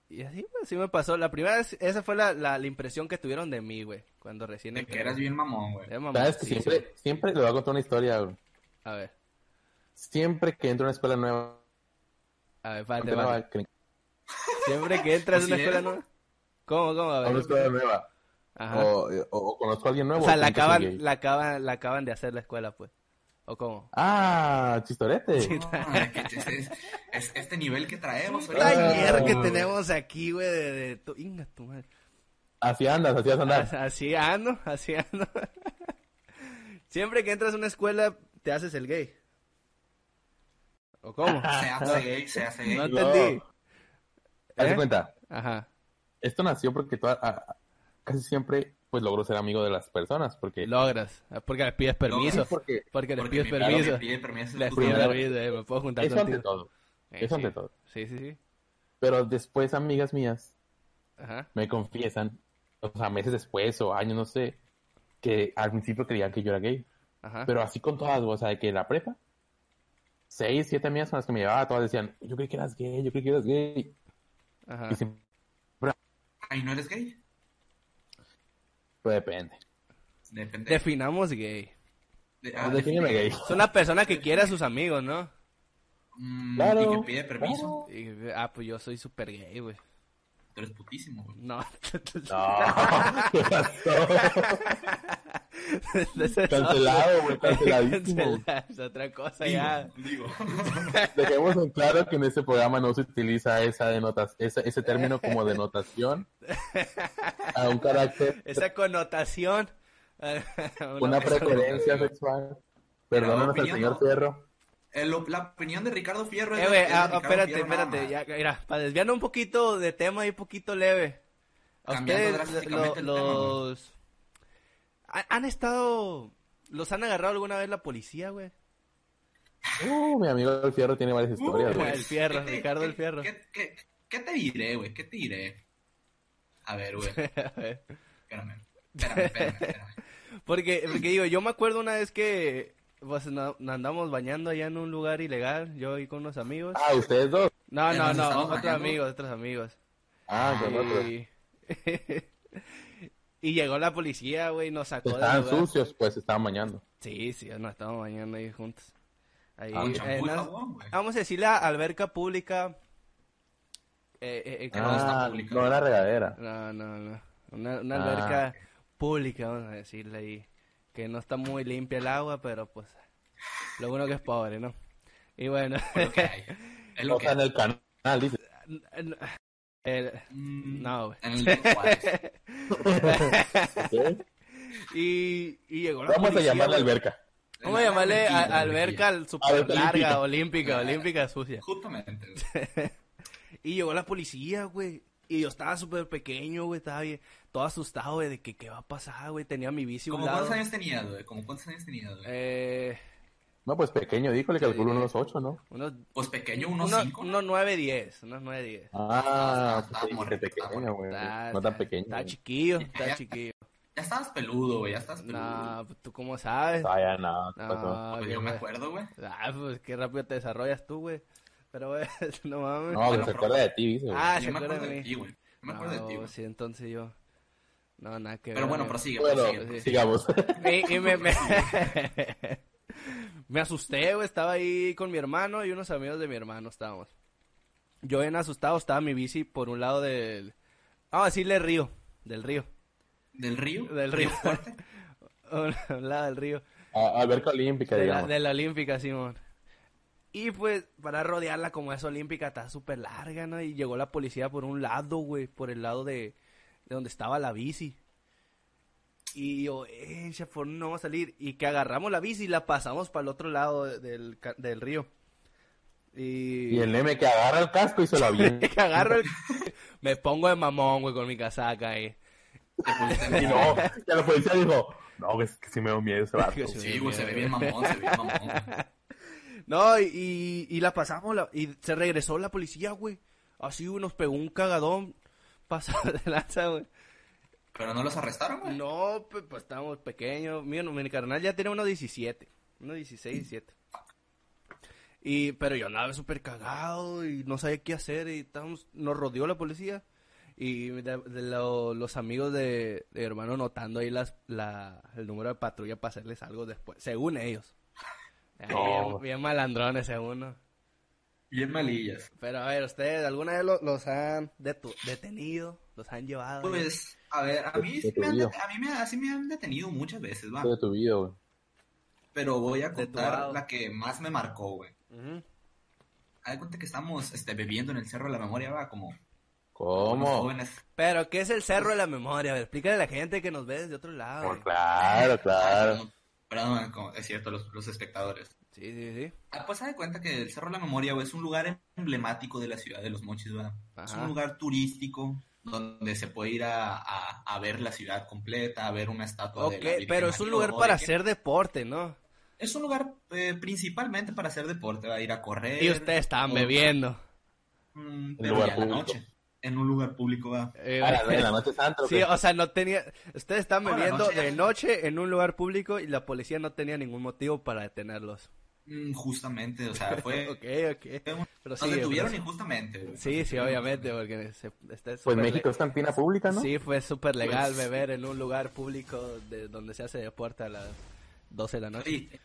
[SPEAKER 1] y así, pues, así me pasó. La primera vez, esa fue la, la, la impresión que tuvieron de mí, güey, cuando recién...
[SPEAKER 3] De
[SPEAKER 1] entré.
[SPEAKER 3] que eras bien mamón, güey.
[SPEAKER 1] Era mamón,
[SPEAKER 2] Sabes que
[SPEAKER 1] sí,
[SPEAKER 2] siempre,
[SPEAKER 1] sí.
[SPEAKER 2] siempre le voy a contar una historia, güey.
[SPEAKER 1] A ver,
[SPEAKER 2] Siempre que entro a una escuela nueva,
[SPEAKER 1] a ver, espérate,
[SPEAKER 2] nueva,
[SPEAKER 1] espérate.
[SPEAKER 2] que-
[SPEAKER 1] Siempre que entras a una
[SPEAKER 3] Así es.
[SPEAKER 1] escuela nueva... ¿Cómo, cómo? A
[SPEAKER 2] a una
[SPEAKER 1] ver.
[SPEAKER 2] escuela nueva,
[SPEAKER 1] Ajá.
[SPEAKER 2] o, eh, o, o conozco a alguien
[SPEAKER 1] O
[SPEAKER 2] nuevo.
[SPEAKER 1] sea, la
[SPEAKER 2] siempre soy gay.
[SPEAKER 1] acaban, la acaban, la acaban de hacer la escuela, pues. ¿O cómo?
[SPEAKER 2] Ah, chistorete.
[SPEAKER 3] Ah, que es- es- es- este nivel que traemos
[SPEAKER 1] Un
[SPEAKER 3] ahorita.
[SPEAKER 1] taller que
[SPEAKER 2] güey.
[SPEAKER 1] tenemos aquí, güey, de, de tu... Inga, tu madre.
[SPEAKER 2] Así andas, así andas.
[SPEAKER 1] Así ando, así ando. Siempre que entras a una escuela, te haces el gay. ¿O cómo?
[SPEAKER 2] Ah,
[SPEAKER 3] Se hace gay, se hace gay.
[SPEAKER 1] No entendí.
[SPEAKER 2] Haz de
[SPEAKER 1] ¿Eh?
[SPEAKER 2] cuenta,
[SPEAKER 1] Ajá.
[SPEAKER 2] esto nació porque toda- a- a- casi siempre pues logro ser amigo de las personas, porque...
[SPEAKER 1] Logras. Ah, Porque les pides permiso.
[SPEAKER 2] Sí, porque
[SPEAKER 1] Porque les
[SPEAKER 3] Porque
[SPEAKER 1] pides
[SPEAKER 3] me pide-
[SPEAKER 1] permiso.
[SPEAKER 3] me pide permiso.
[SPEAKER 1] Les
[SPEAKER 3] Tú
[SPEAKER 1] pides
[SPEAKER 2] primero.
[SPEAKER 1] permiso. eh, Me puedo juntar
[SPEAKER 2] eso ante
[SPEAKER 1] contigo.
[SPEAKER 2] todo.
[SPEAKER 1] Eh,
[SPEAKER 2] eso ante
[SPEAKER 1] sí.
[SPEAKER 2] todo.
[SPEAKER 1] Sí, sí, sí.
[SPEAKER 2] Pero después amigas mías
[SPEAKER 1] Ajá.
[SPEAKER 2] me confiesan, o sea, meses después o años, no sé, que al principio creían que yo era gay.
[SPEAKER 1] Ajá.
[SPEAKER 2] Pero así con todas, o sea, de que la prepa, seis, siete amigas con las que me llevaba, todas decían, yo creí que eras gay, yo creí que eras gay.
[SPEAKER 1] Ajá.
[SPEAKER 2] Y siempre
[SPEAKER 3] Ay, ¿no eres gay?
[SPEAKER 2] depende.
[SPEAKER 3] Depende.
[SPEAKER 1] Definamos gay.
[SPEAKER 3] de- ah,
[SPEAKER 2] Ah, Defíneme
[SPEAKER 3] de-
[SPEAKER 2] gay.
[SPEAKER 1] Es una persona que quiere a sus amigos, ¿no?
[SPEAKER 3] Mm,
[SPEAKER 2] Claro.
[SPEAKER 3] Y que pide permiso.
[SPEAKER 2] Claro.
[SPEAKER 1] Y- ah, pues yo soy super gay, güey.
[SPEAKER 3] Tú eres putísimo, güey.
[SPEAKER 1] No.
[SPEAKER 2] No, ¿qué pasó? Cancelado, güey, canceladísimo.
[SPEAKER 1] Cancelar, es otra cosa
[SPEAKER 3] Digo,
[SPEAKER 1] ya.
[SPEAKER 3] digo.
[SPEAKER 2] Dejemos en claro que en este programa no se utiliza esa denotas, esa- ese término como denotación a un carácter,
[SPEAKER 1] Esa connotación. a persona-
[SPEAKER 2] una preferencia sexual. Perdónanos al
[SPEAKER 3] opinión,
[SPEAKER 2] señor
[SPEAKER 3] ¿no?
[SPEAKER 2] Fierro.
[SPEAKER 3] Eh, lo- la opinión de Ricardo Fierro es de-
[SPEAKER 1] Eh, güey,
[SPEAKER 3] es de
[SPEAKER 1] ah,
[SPEAKER 3] Ricardo
[SPEAKER 1] espérate,
[SPEAKER 3] Fierro nada
[SPEAKER 1] espérate.
[SPEAKER 3] más.
[SPEAKER 1] Ya, mira, para desviar un poquito de tema y un poquito leve. A
[SPEAKER 3] Cambiando
[SPEAKER 1] ustedes,
[SPEAKER 3] drásticamente
[SPEAKER 1] lo-
[SPEAKER 3] el tema, güey.
[SPEAKER 1] los. ¿Han- ¿Han estado. ¿Los han agarrado alguna vez la policía, güey?
[SPEAKER 2] Uh, mi amigo el Fierro tiene varias
[SPEAKER 1] Uh,
[SPEAKER 2] historias. güey.
[SPEAKER 1] el Fierro,
[SPEAKER 3] ¿Qué te-
[SPEAKER 1] Ricardo
[SPEAKER 3] qué-
[SPEAKER 1] el Fierro.
[SPEAKER 3] ¿Qué, qué, qué te diré, güey? ¿Qué te diré? A ver, güey. Espérame. Espérame, espérame, espérame.
[SPEAKER 1] Porque, porque digo, yo me acuerdo una vez que pues, no- nos andamos bañando allá en un lugar ilegal, yo y con unos amigos.
[SPEAKER 2] Ah, ustedes dos.
[SPEAKER 1] No,
[SPEAKER 3] ¿Ya
[SPEAKER 1] no,
[SPEAKER 3] nos
[SPEAKER 1] no,
[SPEAKER 3] estamos
[SPEAKER 1] otros
[SPEAKER 3] bañando?
[SPEAKER 1] amigos, otros amigos.
[SPEAKER 2] Ah, con otros.
[SPEAKER 1] Y... y llegó la policía, güey, nos sacó del
[SPEAKER 2] Estaban
[SPEAKER 1] lugar.
[SPEAKER 2] sucios, pues se estaban bañando.
[SPEAKER 1] Sí, sí, nos estábamos bañando ahí juntos. Ahí,
[SPEAKER 2] Ah,
[SPEAKER 3] Con
[SPEAKER 2] eh,
[SPEAKER 3] champú y
[SPEAKER 1] no- Ah,
[SPEAKER 3] jabón, güey.
[SPEAKER 1] vamos a decir la alberca pública. eh, eh, eh, que no
[SPEAKER 3] Ah,
[SPEAKER 1] está-
[SPEAKER 2] Ah,
[SPEAKER 3] pública.
[SPEAKER 2] no, era regadera.
[SPEAKER 1] No, no, no. Una, una
[SPEAKER 2] Ah.
[SPEAKER 1] alberca pública, vamos a decirle ahí. Que no está muy limpia el agua, pero pues. Lo bueno que es pobre, ¿no? Y bueno.
[SPEAKER 3] Es lo que hay. Es lo
[SPEAKER 2] O
[SPEAKER 3] que
[SPEAKER 2] sea, en
[SPEAKER 3] hay.
[SPEAKER 2] el canal, dice.
[SPEAKER 1] El-
[SPEAKER 3] Mm,
[SPEAKER 1] No, güey.
[SPEAKER 3] En el de Juárez.
[SPEAKER 2] Ok.
[SPEAKER 1] Y, y llegó la
[SPEAKER 2] Vamos a
[SPEAKER 1] policía,
[SPEAKER 2] llamarle
[SPEAKER 1] güey.
[SPEAKER 2] alberca.
[SPEAKER 1] Vamos a llamarle a-
[SPEAKER 3] Alberquilla,
[SPEAKER 1] alberca al super
[SPEAKER 2] Alberca
[SPEAKER 1] larga,
[SPEAKER 2] olímpica.
[SPEAKER 1] olímpica, olímpica sucia.
[SPEAKER 3] Justamente, güey.
[SPEAKER 1] Y llegó la policía, güey. Y yo estaba súper pequeño, güey. Estaba bien, todo asustado, güey, de que qué va a pasar, güey. Tenía mi bici a un
[SPEAKER 3] ¿Cómo
[SPEAKER 1] lado.
[SPEAKER 3] cuántos años tenías, güey? ¿Cómo cuántos años tenías, güey?
[SPEAKER 1] Eh,
[SPEAKER 2] No, pues pequeño, dijo, le calculo unos ocho, ¿no?
[SPEAKER 1] unos,
[SPEAKER 3] Pues pequeño, unos
[SPEAKER 1] unos,
[SPEAKER 3] cinco.
[SPEAKER 1] unos 9, 10. Unos 9, 10.
[SPEAKER 2] Ah,
[SPEAKER 3] Está
[SPEAKER 2] pues sí,
[SPEAKER 3] morrito,
[SPEAKER 2] que
[SPEAKER 3] está
[SPEAKER 2] pequeño, güey.
[SPEAKER 1] Está-
[SPEAKER 2] No tan
[SPEAKER 1] está-
[SPEAKER 2] pequeño.
[SPEAKER 1] Está
[SPEAKER 2] güey.
[SPEAKER 1] chiquillo, está chiquillo.
[SPEAKER 3] Ya estabas peludo, güey. Ya estabas peludo.
[SPEAKER 1] No, pues, tú cómo sabes.
[SPEAKER 2] Ah, ya, no, ¿qué pasó?
[SPEAKER 1] No,
[SPEAKER 3] Pues
[SPEAKER 1] qué
[SPEAKER 3] yo me
[SPEAKER 1] güey.
[SPEAKER 3] acuerdo, güey.
[SPEAKER 1] Ah, pues qué rápido te desarrollas tú, güey. Pero, güey, no mames.
[SPEAKER 2] No,
[SPEAKER 3] Bueno,
[SPEAKER 2] que se
[SPEAKER 3] pero-
[SPEAKER 2] acuerda de ti, dice, güey.
[SPEAKER 1] Ah, se
[SPEAKER 3] yo me
[SPEAKER 1] acuerda
[SPEAKER 3] acuerdo
[SPEAKER 1] de
[SPEAKER 3] de
[SPEAKER 1] mí.
[SPEAKER 3] ti, güey. Yo me acuerdo de ti,
[SPEAKER 1] No,
[SPEAKER 3] güey.
[SPEAKER 1] sí, entonces yo. No, nada que
[SPEAKER 3] Pero
[SPEAKER 1] ver,
[SPEAKER 3] bueno,
[SPEAKER 1] güey.
[SPEAKER 3] prosigue, prosigue.
[SPEAKER 2] Bueno,
[SPEAKER 3] prosigue.
[SPEAKER 2] sigamos.
[SPEAKER 1] Y, y me, me... me asusté, güey. Estaba ahí con mi hermano y unos amigos de mi hermano estábamos. Yo en asustado estaba mi bici por un lado del... Vamos a decirle río. Del río.
[SPEAKER 3] ¿Del río?
[SPEAKER 1] Del río.
[SPEAKER 3] fuerte?
[SPEAKER 1] A un lado del río.
[SPEAKER 2] A- Alberca olímpica,
[SPEAKER 1] De la,
[SPEAKER 2] digamos.
[SPEAKER 1] de la Olímpica, Simón. Y pues, para rodearla, como es Olímpica, está súper larga, ¿no? Y llegó la policía por un lado, güey, por el lado de, de donde estaba la bici. Y yo, eh, por no va a salir. Y que agarramos la bici y la pasamos para el otro lado de- del, ca- del río. Y,
[SPEAKER 2] Y el neme que agarra el casco y se lo avienta.
[SPEAKER 1] que agarro el... Me pongo de mamón, güey, con mi casaca eh. ahí.
[SPEAKER 3] Te pusiste
[SPEAKER 2] Y
[SPEAKER 3] en-
[SPEAKER 2] no, ya la policía dijo, no, es que sí me da miedo ese vato.
[SPEAKER 3] Sí, güey, se ve bien mamón, se ve bien mamón. güey.
[SPEAKER 1] No, y, y- y la pasamos, la- y se regresó la policía, güey. Así güey, nos pegó un cagadón. Pasado de lanza, güey.
[SPEAKER 3] Pero no los arrestaron, güey.
[SPEAKER 1] No, pues, pues, estábamos pequeños. Mío, mi carnal ya tiene unos 17. Unos 16, 17. Y, pero yo andaba súper cagado y no sabía qué hacer. Y estábamos, nos rodeó la policía. Y de- de lo- los amigos de, de hermano notando ahí las, la, el número de patrulla para hacerles algo después. Según ellos. Ay,
[SPEAKER 2] No.
[SPEAKER 1] bien, bien malandrones, según. ¿no?
[SPEAKER 3] Bien malillas.
[SPEAKER 1] Pero a ver, ¿ustedes alguna vez lo- los han detu- detenido? ¿Los han llevado?
[SPEAKER 3] Pues, a ver, a mí, sí me han,
[SPEAKER 2] Detenido.
[SPEAKER 3] a mí me, así me han detenido muchas veces, va.
[SPEAKER 2] De tu vida, güey.
[SPEAKER 3] Pero voy a
[SPEAKER 1] Detuvado.
[SPEAKER 3] contar la que más me marcó, güey.
[SPEAKER 1] Ujú.
[SPEAKER 3] Haz de cuenta que estamos este, bebiendo en el Cerro de la Memoria, va, como unos
[SPEAKER 2] ¿Cómo?
[SPEAKER 3] jóvenes.
[SPEAKER 1] Pero, ¿qué es el cerro de la memoria? A ver, explícale a la gente que nos ve desde otro lado. güey.
[SPEAKER 2] Pues claro,
[SPEAKER 1] Ah,
[SPEAKER 2] claro.
[SPEAKER 3] Perdón, perdón, como- es cierto, los, los espectadores.
[SPEAKER 1] Sí, sí, sí.
[SPEAKER 3] Ah, pues haz de cuenta que el Cerro de la Memoria, güey, es un lugar emblemático de la ciudad de Los Mochis, va. Es
[SPEAKER 1] Ajá.
[SPEAKER 3] un lugar turístico donde se puede ir a, a- a ver la ciudad completa, a ver una estatua de la
[SPEAKER 1] Ok,
[SPEAKER 3] Virgen
[SPEAKER 1] pero es un
[SPEAKER 3] María,
[SPEAKER 1] lugar
[SPEAKER 3] o de
[SPEAKER 1] para
[SPEAKER 3] que-
[SPEAKER 1] hacer deporte, ¿no?
[SPEAKER 3] Es un lugar eh, principalmente para hacer deporte, va a ir a correr.
[SPEAKER 1] Y ustedes estaban
[SPEAKER 3] o-
[SPEAKER 1] bebiendo.
[SPEAKER 3] Mm,
[SPEAKER 2] En
[SPEAKER 3] pero
[SPEAKER 2] lugar
[SPEAKER 3] ya en la
[SPEAKER 2] público.
[SPEAKER 3] noche. En un lugar público, va.
[SPEAKER 1] Eh,
[SPEAKER 2] A Ah, la, en la noche Pues santo,
[SPEAKER 1] sí, oh, o sea, no tenía... Ustedes estaban
[SPEAKER 3] Ahora,
[SPEAKER 1] bebiendo
[SPEAKER 3] no sé.
[SPEAKER 1] de noche en un lugar público y la policía no tenía ningún motivo para detenerlos.
[SPEAKER 3] Mm, justamente, o sea, fue...
[SPEAKER 1] Ok, ok.
[SPEAKER 3] fue un-
[SPEAKER 1] Pero
[SPEAKER 3] Nos
[SPEAKER 1] sí,
[SPEAKER 3] detuvieron
[SPEAKER 1] pero-
[SPEAKER 3] injustamente, güey.
[SPEAKER 1] Sí,
[SPEAKER 3] Nos
[SPEAKER 1] sí,
[SPEAKER 3] detuvieron
[SPEAKER 1] obviamente,
[SPEAKER 3] injustamente.
[SPEAKER 1] porque se, está
[SPEAKER 2] Pues
[SPEAKER 1] súper
[SPEAKER 2] México es cantina pública, ¿no?
[SPEAKER 1] Sí, fue súper legal
[SPEAKER 3] Pues-
[SPEAKER 1] beber en un lugar público de donde se hace deporte a las 12 de la noche.
[SPEAKER 3] Oye,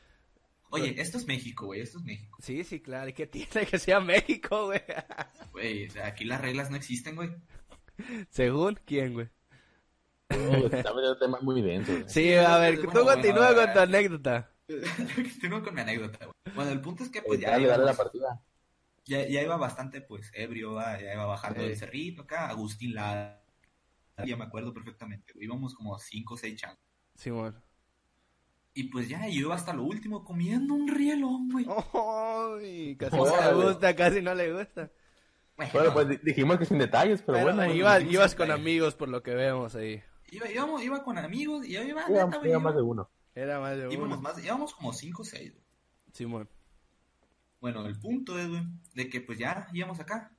[SPEAKER 1] Pues
[SPEAKER 3] oye, esto es México, güey, esto es México.
[SPEAKER 1] Sí, sí, claro. ¿Y qué tiene que sea México, güey?
[SPEAKER 3] Güey, o sea, aquí las reglas no existen, güey.
[SPEAKER 1] Según quién, güey.
[SPEAKER 2] Uy, Está metiendo temas muy densos. güey.
[SPEAKER 1] Sí, a ver, tú
[SPEAKER 3] bueno,
[SPEAKER 1] continúa
[SPEAKER 3] bueno,
[SPEAKER 1] con tu anécdota.
[SPEAKER 3] Continúo con mi anécdota, güey. Bueno, el punto es que pues
[SPEAKER 2] Eh,
[SPEAKER 3] ya
[SPEAKER 2] Dale, dale la
[SPEAKER 3] íbamos-
[SPEAKER 2] partida.
[SPEAKER 3] ya, ya iba bastante pues ebrio, va, ya iba bajando
[SPEAKER 1] Sí.
[SPEAKER 3] del cerrito acá, Agustín Lara, ya me acuerdo perfectamente, güey, íbamos como cinco o seis changos.
[SPEAKER 1] Simón.
[SPEAKER 3] Y pues ya, yo iba hasta lo último comiendo un rielón, güey.
[SPEAKER 1] Ay, casi no
[SPEAKER 2] Órale.
[SPEAKER 1] le gusta, casi no le gusta.
[SPEAKER 3] Bueno,
[SPEAKER 2] Bueno, pues di- dijimos que sin detalles, pero,
[SPEAKER 1] Pero
[SPEAKER 2] bueno.
[SPEAKER 1] ahí
[SPEAKER 2] güey.
[SPEAKER 1] ibas,
[SPEAKER 3] no
[SPEAKER 1] ibas
[SPEAKER 3] se
[SPEAKER 1] con
[SPEAKER 3] puede.
[SPEAKER 1] amigos por lo que vemos ahí.
[SPEAKER 3] iba, íbamos- iba con amigos y yo iba,
[SPEAKER 2] Iba-
[SPEAKER 3] neta, güey, iba-
[SPEAKER 2] iba más de uno.
[SPEAKER 1] Era más de
[SPEAKER 3] íbamos
[SPEAKER 1] uno.
[SPEAKER 3] más, íbamos como cinco o seis, güey.
[SPEAKER 1] Simón.
[SPEAKER 3] Bueno, el punto es, güey, de que pues ya íbamos acá.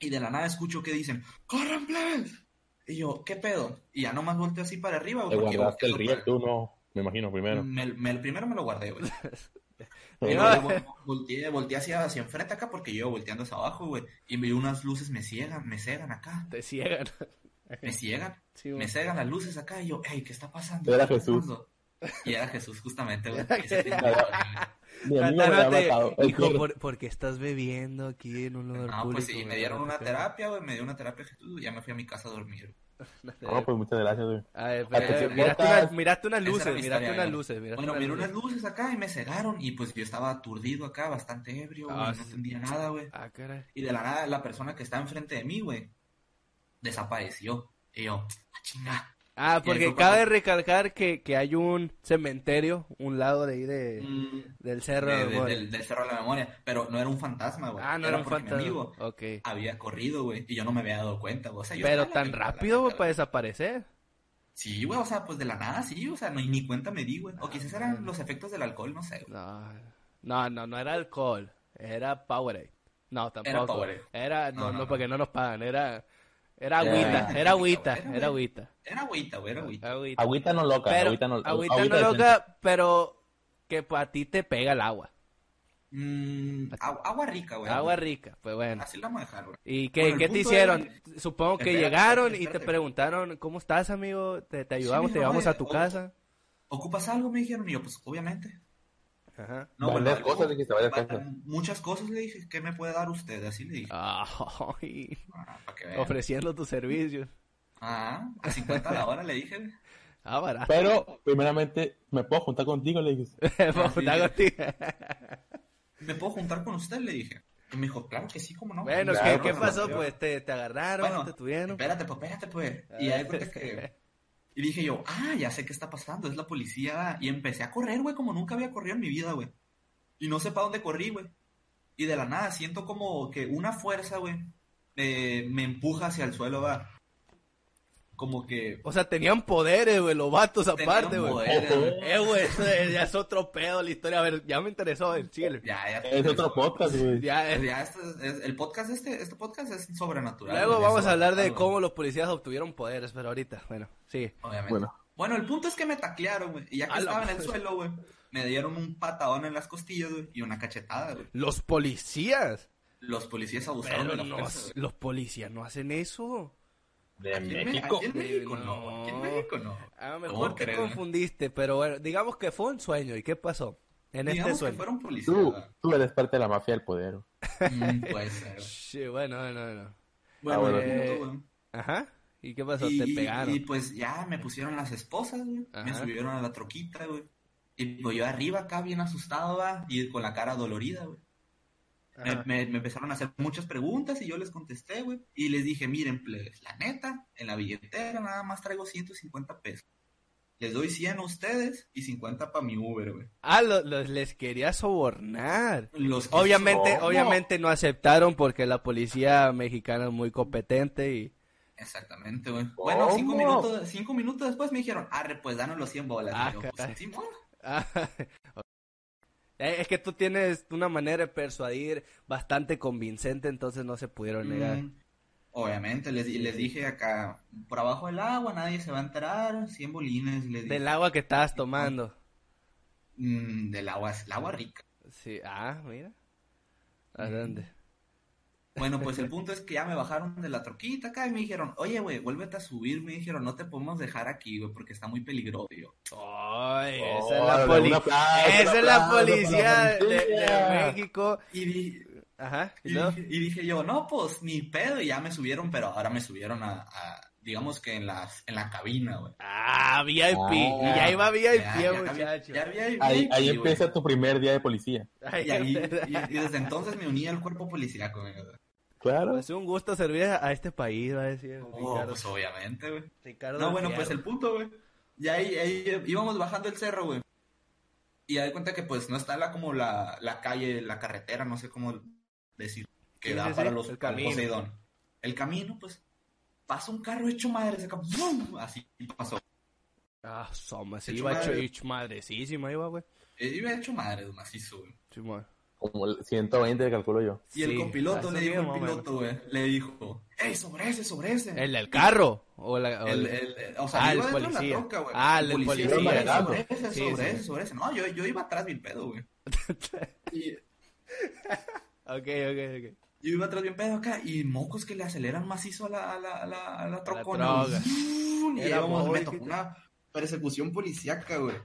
[SPEAKER 3] Y de la nada escucho que dicen, ¡corran, plebes! Y yo, ¿qué pedo? Y ya nomás volteo así para arriba, güey.
[SPEAKER 2] Te
[SPEAKER 3] porque
[SPEAKER 2] guardaste el
[SPEAKER 3] volteo
[SPEAKER 2] riel,
[SPEAKER 3] para-
[SPEAKER 2] tú no, me imagino, primero.
[SPEAKER 3] Me, me- primero me lo guardé, güey. Y
[SPEAKER 1] Mm. Iba-
[SPEAKER 3] luego vol- volteé, volteé hacia, hacia enfrente acá porque yo volteando hacia abajo, güey. Y vi unas luces me ciegan, me cegan acá.
[SPEAKER 1] Te ciegan.
[SPEAKER 3] Me ciegan,
[SPEAKER 1] Sí,
[SPEAKER 3] me
[SPEAKER 1] bueno.
[SPEAKER 3] cegan las luces acá. Y yo, ¡ey, qué está pasando!
[SPEAKER 2] Era
[SPEAKER 3] ¿Qué está
[SPEAKER 2] Jesús.
[SPEAKER 3] pasando?" Y era Jesús justamente, güey.
[SPEAKER 2] Mi amigo me había
[SPEAKER 1] Tatarate,
[SPEAKER 2] matado.
[SPEAKER 1] hijo, por- porque estás bebiendo aquí en un lugar
[SPEAKER 3] No,
[SPEAKER 1] público.
[SPEAKER 3] pues sí, me dieron
[SPEAKER 1] güey,
[SPEAKER 3] una
[SPEAKER 1] qué
[SPEAKER 3] terapia, güey. Me dio una terapia Jesús güey, ya me fui a mi casa a dormir.
[SPEAKER 1] pedo.
[SPEAKER 2] No, pues muchas gracias, güey.
[SPEAKER 1] A ver,
[SPEAKER 2] Hasta
[SPEAKER 1] pero,
[SPEAKER 2] que
[SPEAKER 1] Ah, eh, miraste,
[SPEAKER 2] botas.
[SPEAKER 1] unas- miraste unas
[SPEAKER 3] Esa era
[SPEAKER 1] luces,
[SPEAKER 3] mi
[SPEAKER 1] miraste
[SPEAKER 3] historia,
[SPEAKER 1] unas
[SPEAKER 3] güey.
[SPEAKER 1] luces, miraste
[SPEAKER 3] Bueno,
[SPEAKER 1] unas
[SPEAKER 3] miré
[SPEAKER 1] luces.
[SPEAKER 3] unas luces acá y me cegaron. Y pues yo estaba aturdido acá, bastante ebrio, güey.
[SPEAKER 1] Ah,
[SPEAKER 3] no
[SPEAKER 1] sí.
[SPEAKER 3] entendía nada, güey.
[SPEAKER 1] Ah, caray.
[SPEAKER 3] Y de la nada, la persona que estaba enfrente de mí, güey, desapareció. Y yo, ah, chinga.
[SPEAKER 1] Ah,
[SPEAKER 3] Y ahí
[SPEAKER 1] porque
[SPEAKER 3] fue cuando-
[SPEAKER 1] cabe recalcar que, que hay un cementerio, un lado de ahí de,
[SPEAKER 3] Mm,
[SPEAKER 1] del cerro.
[SPEAKER 3] de-
[SPEAKER 1] de
[SPEAKER 3] de-
[SPEAKER 1] Mora.
[SPEAKER 3] del, del cerro de la memoria. Pero no era un fantasma, güey.
[SPEAKER 1] ah, no era un
[SPEAKER 3] porque mi
[SPEAKER 1] fantasma.
[SPEAKER 3] amigo
[SPEAKER 1] Ok.
[SPEAKER 3] había corrido, güey. Y yo no me había dado cuenta, güey. O sea, yo
[SPEAKER 1] Pero
[SPEAKER 3] estaba en
[SPEAKER 1] tan
[SPEAKER 3] la- en la-
[SPEAKER 1] rápido,
[SPEAKER 3] en
[SPEAKER 1] pues.
[SPEAKER 3] la-
[SPEAKER 1] güey, para desaparecer.
[SPEAKER 3] Sí, güey, o sea, pues de la nada, sí, o sea, no, ni cuenta me di, güey. O quizás
[SPEAKER 1] Ah.
[SPEAKER 3] eran los efectos del alcohol, no sé, güey.
[SPEAKER 1] No, no, no, no era alcohol. Era Powerade. No, tampoco.
[SPEAKER 3] Era Powerade.
[SPEAKER 1] Era- no,
[SPEAKER 3] No,
[SPEAKER 1] no,
[SPEAKER 3] no, no.
[SPEAKER 1] porque no nos pagan. Era, era
[SPEAKER 2] Era
[SPEAKER 1] agüita,
[SPEAKER 3] energética,
[SPEAKER 1] era agüita,
[SPEAKER 3] güey, era
[SPEAKER 1] era
[SPEAKER 3] güey.
[SPEAKER 1] agüita.
[SPEAKER 3] Era agüita, güey, era
[SPEAKER 1] Ah.
[SPEAKER 3] agüita.
[SPEAKER 1] Agüita.
[SPEAKER 2] Agüita no loca,
[SPEAKER 1] Pero,
[SPEAKER 2] agüita no,
[SPEAKER 1] agüita
[SPEAKER 2] agüita
[SPEAKER 1] no
[SPEAKER 2] decente.
[SPEAKER 1] loca, pero que para ti te pega el agua.
[SPEAKER 3] Mm, agu- agua rica, güey.
[SPEAKER 1] Ah. agua rica, pues bueno.
[SPEAKER 3] Así la vamos a dejar, güey.
[SPEAKER 1] ¿Y qué,
[SPEAKER 3] Bueno, el
[SPEAKER 1] qué te
[SPEAKER 3] punto
[SPEAKER 1] hicieron? Supongo que
[SPEAKER 3] Espérate,
[SPEAKER 1] llegaron y te
[SPEAKER 3] espérate.
[SPEAKER 1] preguntaron, ¿cómo estás, amigo? ¿Te, te ayudamos?
[SPEAKER 3] mi
[SPEAKER 1] ¿Te
[SPEAKER 3] mamá
[SPEAKER 1] llevamos
[SPEAKER 3] me-
[SPEAKER 1] a tu
[SPEAKER 3] o-
[SPEAKER 1] casa?
[SPEAKER 3] ¿Ocupas algo? Me dijeron, y yo, pues, obviamente.
[SPEAKER 1] Ajá.
[SPEAKER 2] Varias
[SPEAKER 3] bueno, algo-
[SPEAKER 2] cosas, dijiste, varias
[SPEAKER 3] va-
[SPEAKER 2] cosas.
[SPEAKER 3] Muchas cosas le dije, ¿qué me puede dar usted? Así le dije.
[SPEAKER 1] Ah, Ay,
[SPEAKER 3] Ah, para que vean.
[SPEAKER 1] ofreciendo tus servicios.
[SPEAKER 3] Ah, a 50 la hora le dije, güey.
[SPEAKER 1] Ah, barato.
[SPEAKER 2] Pero, primeramente, ¿me puedo juntar contigo? Le dije,
[SPEAKER 3] sí.
[SPEAKER 1] Vamos, te hago a ti.
[SPEAKER 3] ¿Me puedo juntar con usted? Le dije. Y me dijo, claro que sí, ¿cómo no?
[SPEAKER 1] Bueno,
[SPEAKER 3] Y
[SPEAKER 1] ¿qué,
[SPEAKER 2] Claro,
[SPEAKER 3] yo,
[SPEAKER 1] qué
[SPEAKER 2] pues,
[SPEAKER 1] pasó?
[SPEAKER 3] yo,
[SPEAKER 1] Pues te, te agarraron,
[SPEAKER 3] Bueno,
[SPEAKER 1] te tuvieron.
[SPEAKER 3] Espérate, pues, espérate, pues.
[SPEAKER 1] Ah.
[SPEAKER 3] Y ahí fue que... Y dije yo, ah, ya sé qué está pasando, es la policía. va. Y empecé a correr, güey, como nunca había corrido en mi vida, güey. Y no sé para dónde corrí, güey. Y de la nada siento como que una fuerza, güey, eh, me empuja hacia el suelo, va. Como que...
[SPEAKER 1] O sea, tenían poderes, güey, los vatos
[SPEAKER 3] tenía
[SPEAKER 1] aparte,
[SPEAKER 3] un
[SPEAKER 1] güey.
[SPEAKER 3] poder, güey.
[SPEAKER 1] Eh, güey, eso es- ya es otro pedo la historia. A ver, ya me interesó eh, el chile.
[SPEAKER 3] Ya, ya.
[SPEAKER 2] es otro podcast, güey.
[SPEAKER 1] Ya, eh,
[SPEAKER 3] Ya, este es- es- el podcast este, este podcast es sobrenatural.
[SPEAKER 1] Luego
[SPEAKER 3] güey,
[SPEAKER 1] vamos
[SPEAKER 3] eso
[SPEAKER 1] a hablar
[SPEAKER 3] va
[SPEAKER 1] de
[SPEAKER 3] pasar,
[SPEAKER 1] cómo los policías obtuvieron poderes, pero ahorita, bueno, sí.
[SPEAKER 3] güey, Obviamente. Bueno.
[SPEAKER 2] Bueno.
[SPEAKER 3] el punto es que me taclearon, güey. Y ya
[SPEAKER 1] A
[SPEAKER 3] que
[SPEAKER 1] la
[SPEAKER 3] estaba en el
[SPEAKER 1] madre.
[SPEAKER 3] suelo, güey, me dieron un patadón en las costillas, güey, y una cachetada, güey.
[SPEAKER 1] Los policías.
[SPEAKER 3] Los policías abusaron
[SPEAKER 1] Pero
[SPEAKER 3] de la
[SPEAKER 1] no,
[SPEAKER 3] fuerza, güey.
[SPEAKER 1] los policías no hacen eso.
[SPEAKER 2] De
[SPEAKER 3] Aquí en Me-
[SPEAKER 2] México.
[SPEAKER 3] aquí en México no,
[SPEAKER 1] No.
[SPEAKER 3] aquí en México no.
[SPEAKER 1] A lo
[SPEAKER 3] ¿Cómo
[SPEAKER 1] mejor te
[SPEAKER 3] crees, güey?
[SPEAKER 1] confundiste, pero bueno, digamos que fue un sueño. ¿Y qué pasó? En
[SPEAKER 3] Digamos
[SPEAKER 1] este
[SPEAKER 3] que
[SPEAKER 1] sueño.
[SPEAKER 3] fueron policías.
[SPEAKER 2] Tú,
[SPEAKER 3] ¿verdad?
[SPEAKER 2] tú eres parte de la mafia del poder. güey.
[SPEAKER 3] Mm, puede ser.
[SPEAKER 1] Sí, bueno, bueno, bueno.
[SPEAKER 3] Bueno,
[SPEAKER 2] Ah, bueno.
[SPEAKER 3] el punto, güey.
[SPEAKER 1] Ajá. ¿Y qué pasó?
[SPEAKER 3] Y-
[SPEAKER 1] te
[SPEAKER 3] y-
[SPEAKER 1] pegaron.
[SPEAKER 3] Y, pues ya me pusieron las esposas, güey. Me
[SPEAKER 1] Ajá.
[SPEAKER 3] subieron a la troquita, güey. Y pues, yo arriba acá bien asustado, va, y con la cara dolorida, güey. Me,
[SPEAKER 1] Ajá.
[SPEAKER 3] me- me empezaron a hacer muchas preguntas y yo les contesté, güey. Y les dije, miren, plebes, la neta, en la billetera nada más traigo 150 pesos. Les doy 100 a ustedes y 50 para mi Uber, güey.
[SPEAKER 1] Ah, lo- los- les quería sobornar.
[SPEAKER 3] Los que-
[SPEAKER 1] Obviamente,
[SPEAKER 2] ¿Cómo?
[SPEAKER 1] obviamente no aceptaron porque la policía mexicana es muy competente y...
[SPEAKER 3] Exactamente, güey. Bueno, cinco
[SPEAKER 2] ¿Cómo?
[SPEAKER 3] minutos, cinco minutos después me dijeron, arre, pues danos los 100 bolas.
[SPEAKER 1] Ah,
[SPEAKER 3] Y yo, pues,
[SPEAKER 1] caray.
[SPEAKER 3] Simón.
[SPEAKER 1] Ah, eh, es que tú tienes una manera de persuadir bastante convincente, entonces no se pudieron negar.
[SPEAKER 3] Mm, Obviamente, les, y les dije acá, por abajo del agua, nadie se va a enterar, 100 bolines. Les dije.
[SPEAKER 1] Del agua que estabas tomando.
[SPEAKER 3] Mm, del agua, el agua rica.
[SPEAKER 1] Sí, ah, mira. ¿A dónde?
[SPEAKER 3] Bueno, pues el punto es que ya me bajaron de la troquita acá y me dijeron, oye, güey, vuélvete a subir. Me dijeron, no te podemos dejar aquí, güey, porque está muy peligroso. Y yo,
[SPEAKER 1] Ay, esa es la,
[SPEAKER 2] Órale,
[SPEAKER 1] poli-
[SPEAKER 2] un aplauso,
[SPEAKER 1] esa
[SPEAKER 2] un
[SPEAKER 1] es la
[SPEAKER 2] aplauso para
[SPEAKER 1] policía de, de
[SPEAKER 2] Montilla.
[SPEAKER 1] México.
[SPEAKER 3] Y, di-
[SPEAKER 1] Ajá. ¿y
[SPEAKER 3] y
[SPEAKER 1] luego?
[SPEAKER 3] dije, y dije yo, no, pues ni pedo. Y ya me subieron, pero ahora me subieron a, a, digamos que en, las, en la cabina, güey.
[SPEAKER 1] Ah, VIP. y ya iba VIP, muchacho.
[SPEAKER 3] Ya, había VIP,
[SPEAKER 2] Ahí, ahí
[SPEAKER 3] güey.
[SPEAKER 2] empieza tu primer día de policía.
[SPEAKER 1] Ay,
[SPEAKER 3] Y, ahí- y- y desde entonces me uní al cuerpo policíaco, güey.
[SPEAKER 2] Claro.
[SPEAKER 1] Pues un gusto servir a a este país, va a decir
[SPEAKER 3] Oh,
[SPEAKER 1] Ricardo.
[SPEAKER 3] pues obviamente, güey.
[SPEAKER 1] Ricardo
[SPEAKER 3] No, bueno,
[SPEAKER 1] Fierro.
[SPEAKER 3] pues el punto, güey. Y ahí, ahí eh, íbamos bajando el cerro, güey. Y ahí cuenta que pues no está la como la, la calle, la carretera, no sé cómo decir, que
[SPEAKER 1] Sí,
[SPEAKER 3] da
[SPEAKER 1] sí, sí,
[SPEAKER 3] para los
[SPEAKER 1] el
[SPEAKER 3] para
[SPEAKER 1] camino.
[SPEAKER 3] Poseidón. El camino, pues, pasa un carro hecho madre, se acaba, ¡pum! así pasó.
[SPEAKER 1] Ah, soma, sí,
[SPEAKER 3] Hecho
[SPEAKER 1] iba
[SPEAKER 3] madre.
[SPEAKER 1] hecho- hecho madrecísima, iba, güey.
[SPEAKER 3] Eh, Iba hecho madre, macizo, güey.
[SPEAKER 1] Simón.
[SPEAKER 2] Como el 120, calculo yo.
[SPEAKER 3] Y el
[SPEAKER 1] Sí,
[SPEAKER 3] copiloto
[SPEAKER 1] así
[SPEAKER 3] le dijo
[SPEAKER 1] mismo,
[SPEAKER 3] al
[SPEAKER 1] mano.
[SPEAKER 3] piloto, güey, le dijo, ¡Ey, sobre ese, sobre ese!
[SPEAKER 1] ¿El del carro? ¿O la, o
[SPEAKER 3] El,
[SPEAKER 1] la-
[SPEAKER 3] el- el- o sea, yo
[SPEAKER 1] Ah, el
[SPEAKER 3] iba dentro de
[SPEAKER 1] policía.
[SPEAKER 3] la troca, güey.
[SPEAKER 1] Ah, el del
[SPEAKER 2] policía.
[SPEAKER 3] iba
[SPEAKER 2] Iba
[SPEAKER 3] sobre
[SPEAKER 2] manejando.
[SPEAKER 3] ese,
[SPEAKER 1] Sí,
[SPEAKER 3] sobre
[SPEAKER 1] sí.
[SPEAKER 3] ese, sobre ese. No, yo, yo iba atrás bien pedo, güey. y
[SPEAKER 1] Ok, ok, ok.
[SPEAKER 3] yo iba atrás bien pedo acá y mocos que le aceleran macizo a la, a la, a la, a la trocona.
[SPEAKER 1] troca.
[SPEAKER 3] Y
[SPEAKER 1] Era
[SPEAKER 3] íbamos, me
[SPEAKER 1] móvil,
[SPEAKER 3] tocó
[SPEAKER 1] quita.
[SPEAKER 3] una persecución policíaca, güey.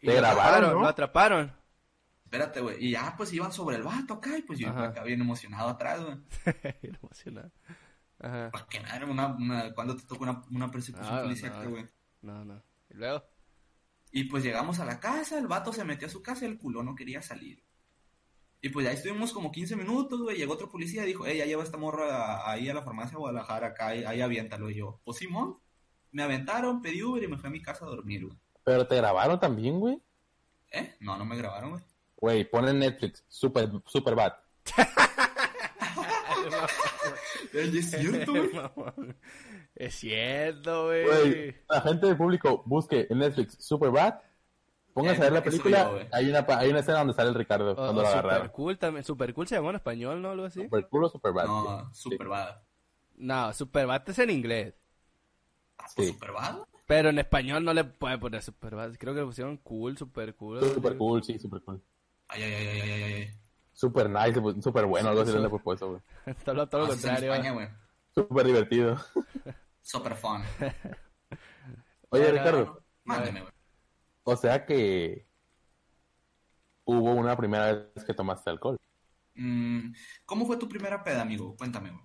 [SPEAKER 1] Y
[SPEAKER 2] Te
[SPEAKER 1] lo
[SPEAKER 2] grabaron,
[SPEAKER 1] atraparon,
[SPEAKER 2] ¿no?
[SPEAKER 1] Lo atraparon.
[SPEAKER 3] Espérate, güey. Y ya, pues iban sobre el vato acá. Y pues yo
[SPEAKER 1] Ajá.
[SPEAKER 3] acá bien emocionado atrás, güey.
[SPEAKER 1] Era emocionado. Ajá.
[SPEAKER 3] Porque nada, era una, una- cuando te toca una, una persecución
[SPEAKER 1] Ah,
[SPEAKER 3] policial,
[SPEAKER 1] no.
[SPEAKER 3] güey.
[SPEAKER 1] No, no. Y luego.
[SPEAKER 3] Y pues llegamos a la casa, el vato se metió a su casa y el culo no quería salir. Y pues ahí estuvimos como 15 minutos, güey. Llegó otro policía y dijo, ey, ya lleva esta morra a- ahí a la farmacia de Guadalajara, acá, ahí, ahí aviéntalo. Y yo, pues Simón, me aventaron, pedí Uber y me fui a mi casa a dormir, güey.
[SPEAKER 2] Pero te grabaron también, güey.
[SPEAKER 3] ¿Eh? No, no me grabaron, güey.
[SPEAKER 2] Güey, pon en Netflix. Super, super bad.
[SPEAKER 3] Ey, es cierto, güey.
[SPEAKER 1] es cierto, güey.
[SPEAKER 2] Güey, la gente del público busque en Netflix Superbad. Póngase a ver la
[SPEAKER 3] Eso
[SPEAKER 2] película.
[SPEAKER 3] yo, güey.
[SPEAKER 2] hay, una, pa- hay una escena donde sale el Ricardo
[SPEAKER 1] O-
[SPEAKER 2] cuando
[SPEAKER 1] o
[SPEAKER 2] lo
[SPEAKER 1] Oh, super
[SPEAKER 2] agarraron.
[SPEAKER 1] cool también. Super cool se llamó en español, ¿no? Algo así.
[SPEAKER 2] Super culo, Superbad.
[SPEAKER 3] No,
[SPEAKER 2] sí.
[SPEAKER 3] Superbad.
[SPEAKER 1] No, Superbat es en inglés.
[SPEAKER 3] Ah, pues,
[SPEAKER 2] Sí.
[SPEAKER 3] ¿Superbad?
[SPEAKER 1] Pero en español no le puede poner Superbat. Creo que le pusieron cool, super cool.
[SPEAKER 2] Sí. Super cool, sí, super cool.
[SPEAKER 3] Ay, ay, ay, ay, ay, ay, ay.
[SPEAKER 2] Super nice, pues, super bueno, algo así le han propuesto, güey.
[SPEAKER 1] todo, lo- todo lo
[SPEAKER 3] Ah, sí, en
[SPEAKER 1] contrario.
[SPEAKER 3] España, güey.
[SPEAKER 2] Super divertido.
[SPEAKER 3] Super fun.
[SPEAKER 2] Oye,
[SPEAKER 1] Pero-
[SPEAKER 2] Ricardo,
[SPEAKER 3] Mándeme, güey.
[SPEAKER 2] o sea que hubo una primera vez que tomaste alcohol.
[SPEAKER 3] Mm, ¿Cómo fue tu primera peda, amigo? Cuéntame, güey.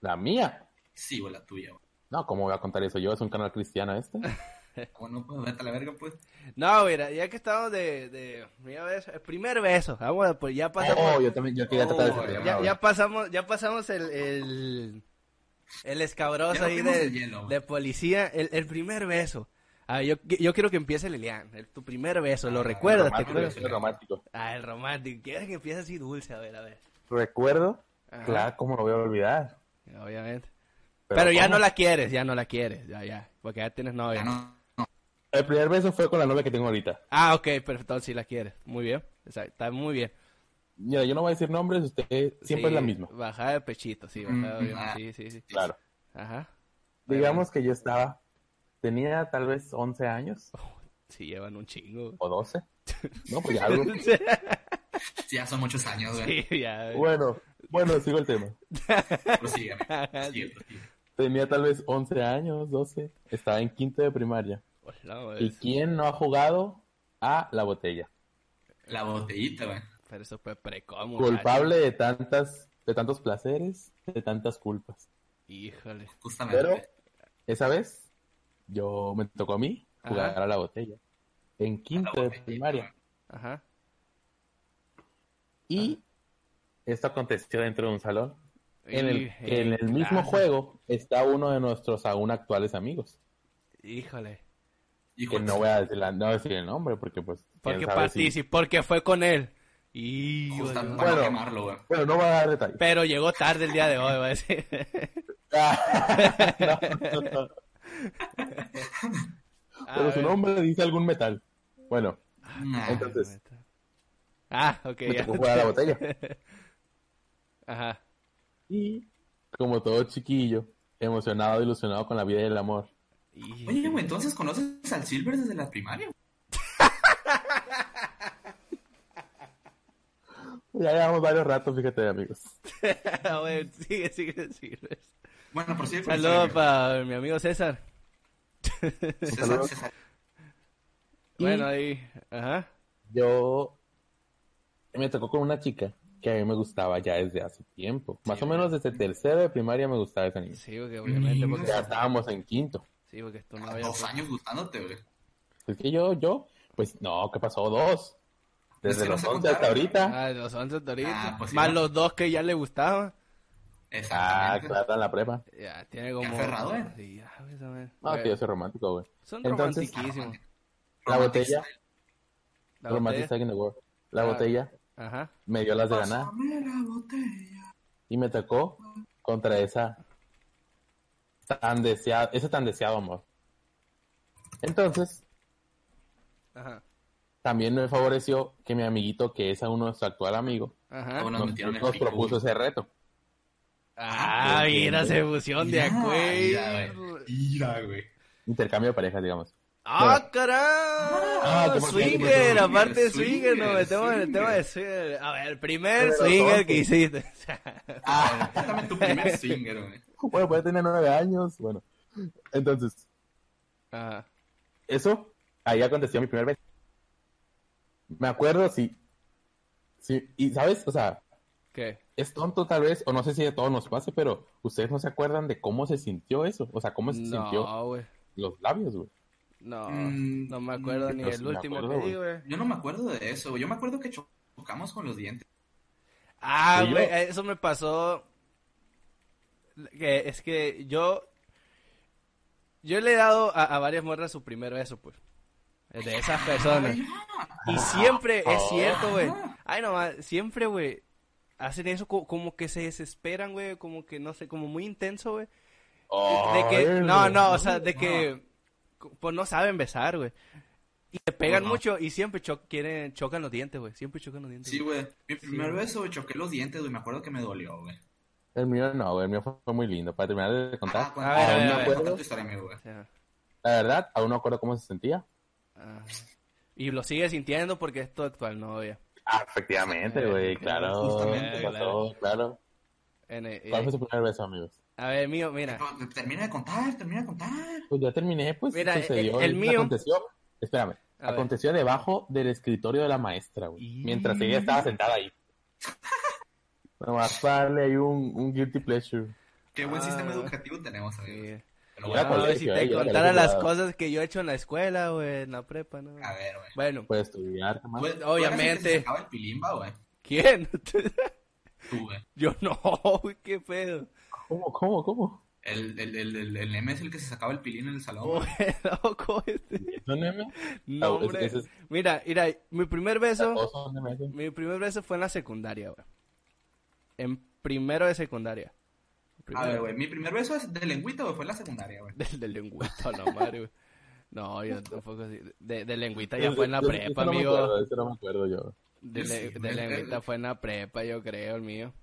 [SPEAKER 2] La mía.
[SPEAKER 3] Sí, güey, la tuya, güey.
[SPEAKER 2] No, ¿cómo voy a contar eso yo? ¿Es un canal cristiano este?
[SPEAKER 3] Bueno, pues vete a la verga, pues.
[SPEAKER 1] No, mira, ya que estamos de, de primera vez- el primer beso, vamos, a- pues ya pasamos,
[SPEAKER 2] Oh, yo también, yo quería tratar
[SPEAKER 3] Oh,
[SPEAKER 2] ese tema,
[SPEAKER 1] ya,
[SPEAKER 2] güey.
[SPEAKER 1] ya pasamos, ya pasamos el, el, el escabroso
[SPEAKER 3] Ya no
[SPEAKER 1] ahí
[SPEAKER 3] fuimos
[SPEAKER 1] de,
[SPEAKER 3] al hielo, güey.
[SPEAKER 1] de policía, el, el primer beso. Ah, yo, yo quiero que empiece Lilian, el- tu primer beso, lo
[SPEAKER 3] Ah,
[SPEAKER 1] recuerdas, ¿te
[SPEAKER 2] Romántico,
[SPEAKER 1] acuerdas?
[SPEAKER 2] soy romántico.
[SPEAKER 1] Ah, el romántico, quieres que empiece así dulce, a ver, a ver.
[SPEAKER 2] Recuerdo,
[SPEAKER 1] Ajá.
[SPEAKER 2] claro, ¿cómo lo voy a olvidar?
[SPEAKER 1] Obviamente. Pero, ya
[SPEAKER 2] ¿cómo?
[SPEAKER 1] no la quieres, ya no la quieres, ya, ya, porque ya tienes novia.
[SPEAKER 3] Ya no.
[SPEAKER 2] El primer beso fue con la novia que tengo ahorita.
[SPEAKER 1] Ah, ok, perfecto, sí la quieres, muy bien, o sea, está muy bien.
[SPEAKER 2] Mira, yo no voy a decir nombres, usted siempre
[SPEAKER 1] Sí,
[SPEAKER 2] es la misma.
[SPEAKER 1] Bajada de pechito, sí, bajada
[SPEAKER 3] Mm,
[SPEAKER 1] de-
[SPEAKER 3] ah.
[SPEAKER 1] sí, sí, sí.
[SPEAKER 2] Claro.
[SPEAKER 1] Ajá.
[SPEAKER 2] Digamos que yo estaba, tenía tal vez 11 años
[SPEAKER 1] Sí, llevan un chingo.
[SPEAKER 2] o 12. No, pues ya algo.
[SPEAKER 3] Sí, ya son muchos años, güey.
[SPEAKER 1] sí, ya.
[SPEAKER 2] Bueno, bueno, sigo el tema.
[SPEAKER 3] Prosigue, prosigue, prosigue.
[SPEAKER 2] Tenía tal vez 11 años, 12. Estaba en quinto de primaria.
[SPEAKER 1] Hola,
[SPEAKER 2] ¿Y
[SPEAKER 1] güey.
[SPEAKER 2] quién no ha jugado a la botella?
[SPEAKER 3] La botellita, güey.
[SPEAKER 1] Pero eso fue precoz, muchacho.
[SPEAKER 2] Culpable de tantas, de tantos placeres, de tantas culpas.
[SPEAKER 1] Híjole.
[SPEAKER 3] Justamente.
[SPEAKER 2] Pero esa vez yo me tocó a mí jugar
[SPEAKER 1] Ajá.
[SPEAKER 2] a la botella en quinto de
[SPEAKER 3] botellita,
[SPEAKER 2] primaria.
[SPEAKER 1] Ajá.
[SPEAKER 2] Y esto aconteció dentro de un salón en el,
[SPEAKER 1] Hí-
[SPEAKER 2] que en el mismo
[SPEAKER 1] eh, claro.
[SPEAKER 2] juego está uno de nuestros aún actuales amigos.
[SPEAKER 1] Híjole.
[SPEAKER 3] Hijo
[SPEAKER 2] Que
[SPEAKER 3] de
[SPEAKER 2] no
[SPEAKER 3] su-
[SPEAKER 2] voy a decir, la- no voy a decir el nombre porque pues...
[SPEAKER 1] pues
[SPEAKER 2] quién
[SPEAKER 1] Porque
[SPEAKER 2] sabe si-
[SPEAKER 1] participó, porque fue con él. Y
[SPEAKER 3] Justa- para
[SPEAKER 2] Bueno.
[SPEAKER 3] no quemarlo, güey.
[SPEAKER 2] Bueno, no voy a dar detalles.
[SPEAKER 1] Pero llegó tarde el día de hoy, va a decir.
[SPEAKER 2] Ah, No, no, no.
[SPEAKER 1] A
[SPEAKER 2] Pero su
[SPEAKER 1] ver.
[SPEAKER 2] nombre dice algún metal. Bueno,
[SPEAKER 3] Nah.
[SPEAKER 2] entonces
[SPEAKER 1] Ah, ok,
[SPEAKER 2] me
[SPEAKER 1] ya.
[SPEAKER 2] tocó jugar a la botella.
[SPEAKER 1] Ajá.
[SPEAKER 2] Y como todo chiquillo, emocionado, ilusionado con la vida y el amor.
[SPEAKER 1] Hí-
[SPEAKER 3] Oye, güey, entonces conoces al Silver desde la primaria.
[SPEAKER 2] Ya llevamos varios ratos, fíjate, amigos.
[SPEAKER 1] A ver, sigue, sigue, sigue.
[SPEAKER 3] Bueno, prosigue. prosigue,
[SPEAKER 1] Saludos
[SPEAKER 3] güey.
[SPEAKER 1] para mi amigo César.
[SPEAKER 3] César,
[SPEAKER 2] saludo.
[SPEAKER 3] César.
[SPEAKER 2] Y-
[SPEAKER 1] Bueno, ahí. Ajá.
[SPEAKER 2] Yo me tocó con una chica que a mí me gustaba ya desde hace tiempo. Más o menos desde tercero de primaria me gustaba esa niña.
[SPEAKER 1] Sí, porque
[SPEAKER 3] Mm.
[SPEAKER 1] obviamente. Porque,
[SPEAKER 2] Ya estábamos en quinto.
[SPEAKER 1] sí, porque esto no
[SPEAKER 3] A
[SPEAKER 1] había.
[SPEAKER 3] Dos años gustándote, güey.
[SPEAKER 2] Ah, Es que yo, yo, pues no, ¿qué pasó? Dos.
[SPEAKER 3] Es
[SPEAKER 2] Desde
[SPEAKER 3] que no
[SPEAKER 2] los
[SPEAKER 3] se
[SPEAKER 2] 11 hasta
[SPEAKER 3] juntaron.
[SPEAKER 2] ahorita.
[SPEAKER 1] Ah, los 11 toritos.
[SPEAKER 3] Ah, pues sí,
[SPEAKER 1] más
[SPEAKER 3] ¿no?
[SPEAKER 1] los dos que ya le gustaban.
[SPEAKER 2] Ah,
[SPEAKER 3] Exactamente.
[SPEAKER 2] claro, en la prepa.
[SPEAKER 1] Ya, tiene como.
[SPEAKER 3] aferrado, ¿eh?
[SPEAKER 1] Sí, ya, ves, a ver.
[SPEAKER 2] No,
[SPEAKER 1] Bueno,
[SPEAKER 2] que yo soy romántico, güey.
[SPEAKER 1] Son
[SPEAKER 2] Entonces-
[SPEAKER 1] romantiquísimos.
[SPEAKER 2] La
[SPEAKER 3] Romantic
[SPEAKER 2] botella,
[SPEAKER 3] style.
[SPEAKER 1] La
[SPEAKER 2] romantic
[SPEAKER 1] botella.
[SPEAKER 2] in the world. La
[SPEAKER 1] Ah.
[SPEAKER 2] botella
[SPEAKER 1] Ajá.
[SPEAKER 2] me dio las de ganar
[SPEAKER 3] Pásame la botella.
[SPEAKER 2] y me tocó contra esa tan deseado, ese tan deseado amor. Entonces,
[SPEAKER 1] Ajá.
[SPEAKER 2] también me favoreció que mi amiguito, que es aún nuestro actual amigo,
[SPEAKER 1] Ajá.
[SPEAKER 3] Bueno. Nos
[SPEAKER 2] nos,
[SPEAKER 3] metieron el
[SPEAKER 2] nos
[SPEAKER 3] pico,
[SPEAKER 2] propuso
[SPEAKER 3] güey.
[SPEAKER 2] ese reto.
[SPEAKER 1] Ah, mira, se fusión de
[SPEAKER 3] Mira, mira,
[SPEAKER 1] acuerdo.
[SPEAKER 3] güey. Mira, güey.
[SPEAKER 2] Intercambio de parejas, digamos.
[SPEAKER 1] ¡Ah,
[SPEAKER 2] Ah,
[SPEAKER 1] carajo!
[SPEAKER 2] ¿cómo se llama?
[SPEAKER 1] Swinger,
[SPEAKER 3] Swinger,
[SPEAKER 1] aparte de swinger, nos
[SPEAKER 3] swinger,
[SPEAKER 1] metemos en el tema de swinger. A ver, el primer swinger que hiciste.
[SPEAKER 2] Ah.
[SPEAKER 3] Cuéntame Ah, tu primer swinger, güey.
[SPEAKER 2] Bueno, puede tener nueve años. Bueno, entonces,
[SPEAKER 1] Ajá.
[SPEAKER 2] eso, ahí aconteció mi primer vez. me acuerdo si. si y, ¿sabes? O sea,
[SPEAKER 1] ¿Qué?
[SPEAKER 2] es tonto tal vez, o no sé si a todos nos pase, pero ustedes no se acuerdan de cómo se sintió eso. O sea, cómo se sintió
[SPEAKER 1] No, güey.
[SPEAKER 2] los labios, güey.
[SPEAKER 1] No,
[SPEAKER 3] Mm,
[SPEAKER 1] no me acuerdo ni
[SPEAKER 2] no
[SPEAKER 1] el
[SPEAKER 2] sé, me
[SPEAKER 1] último
[SPEAKER 2] acuerdo,
[SPEAKER 1] que di,
[SPEAKER 2] güey.
[SPEAKER 1] güey.
[SPEAKER 3] Yo no me acuerdo de eso, güey. Yo me acuerdo que cho- chocamos con los dientes.
[SPEAKER 1] Ah,
[SPEAKER 2] ¿Y yo?
[SPEAKER 1] güey, eso me pasó. Que es que yo. Yo le he dado a, a varias morras su primer beso, pues. De esas personas. Y siempre, es
[SPEAKER 2] Oh.
[SPEAKER 1] cierto, güey. Ay, no, ma- siempre, güey. Hacen eso co- como que se desesperan, güey. Como que, no sé, como muy intenso, güey. De que, no, no, o sea, de que, pues no saben besar, güey. Y se pegan
[SPEAKER 3] No, no.
[SPEAKER 1] mucho y siempre cho- quieren, chocan los dientes, güey. Siempre chocan los dientes.
[SPEAKER 3] Sí, güey. Mi primer
[SPEAKER 1] güey.
[SPEAKER 3] beso, güey, choqué los dientes, güey. Me acuerdo que me dolió, güey.
[SPEAKER 2] El mío no, güey, el mío fue- fue muy lindo. Para terminar de contar,
[SPEAKER 3] Ah, cuenta-
[SPEAKER 1] A ver, a ver,
[SPEAKER 2] aún me
[SPEAKER 1] a ver.
[SPEAKER 2] acuerdo,
[SPEAKER 3] cuenta tu historia, amigo, güey.
[SPEAKER 1] O sea,
[SPEAKER 2] la verdad, aún no acuerdo cómo se sentía.
[SPEAKER 1] ah. Y lo sigue sintiendo porque es tu actual novia.
[SPEAKER 2] Ah, efectivamente,
[SPEAKER 1] Eh,
[SPEAKER 2] güey, claro.
[SPEAKER 3] justamente,
[SPEAKER 2] ¿qué pasó? claro.
[SPEAKER 1] En, eh,
[SPEAKER 2] ¿Cuál
[SPEAKER 1] eh,
[SPEAKER 2] fue su primer beso, amigos?
[SPEAKER 1] a ver, mío, mira.
[SPEAKER 3] No, Termina de contar, termina de contar.
[SPEAKER 2] Pues ya terminé, pues
[SPEAKER 1] Mira,
[SPEAKER 2] sucedió.
[SPEAKER 1] el- el
[SPEAKER 2] y
[SPEAKER 1] mío-
[SPEAKER 2] Aconteció, espérame,
[SPEAKER 1] A ver.
[SPEAKER 2] aconteció debajo del escritorio de la maestra, güey.
[SPEAKER 1] Y-
[SPEAKER 2] Mientras ella estaba sentada ahí. Nomás para darle ahí un, un guilty pleasure.
[SPEAKER 3] Qué buen
[SPEAKER 1] Ah,
[SPEAKER 3] sistema
[SPEAKER 1] güey.
[SPEAKER 3] educativo tenemos, amigo.
[SPEAKER 1] Sí. pues,
[SPEAKER 3] Pero bueno,
[SPEAKER 2] Era
[SPEAKER 1] No, si
[SPEAKER 2] colegio, eh,
[SPEAKER 1] te
[SPEAKER 2] yo era
[SPEAKER 1] contara
[SPEAKER 2] colegio
[SPEAKER 1] las
[SPEAKER 2] privado.
[SPEAKER 1] cosas que yo he hecho en la escuela, güey, en la prepa, ¿no?
[SPEAKER 3] a ver, güey.
[SPEAKER 1] Bueno,
[SPEAKER 2] Puedes estudiar, jamás.
[SPEAKER 1] Pues-
[SPEAKER 3] Güey, ¿tú
[SPEAKER 1] obviamente.
[SPEAKER 3] eras el que se sacaba el pilimba, güey.
[SPEAKER 1] ¿quién?
[SPEAKER 3] Tú, güey.
[SPEAKER 1] yo no, güey, qué pedo.
[SPEAKER 2] ¿Cómo, cómo, cómo?
[SPEAKER 3] El, el, el, el, el M es el que se sacaba el pilín en el salón.
[SPEAKER 1] Güey,
[SPEAKER 3] güey.
[SPEAKER 1] loco este.
[SPEAKER 2] ¿Son M?
[SPEAKER 1] No,
[SPEAKER 2] Ah, es-
[SPEAKER 1] hombre.
[SPEAKER 2] ese es- Ah,
[SPEAKER 1] Mira, mira, mi primer
[SPEAKER 2] ¿O
[SPEAKER 1] beso,
[SPEAKER 2] son M?
[SPEAKER 1] mi primer beso fue en la secundaria, güey. En primero de secundaria.
[SPEAKER 3] A
[SPEAKER 1] Primero.
[SPEAKER 3] ver, güey. Mi primer beso es de lengüita, güey. Fue en la secundaria, güey.
[SPEAKER 1] Del, del lengüita, la madre, güey. No, yo tampoco así. De, de lengüita ya
[SPEAKER 2] Ese-
[SPEAKER 1] fue en la
[SPEAKER 2] ese-
[SPEAKER 1] prepa,
[SPEAKER 2] ese no me
[SPEAKER 1] amigo.
[SPEAKER 2] acuerdo, ese no me acuerdo yo.
[SPEAKER 1] De, le-
[SPEAKER 3] Sí, Eh,
[SPEAKER 1] de
[SPEAKER 3] el-
[SPEAKER 1] lengüita
[SPEAKER 3] el-
[SPEAKER 1] fue en la prepa, yo creo, el mío.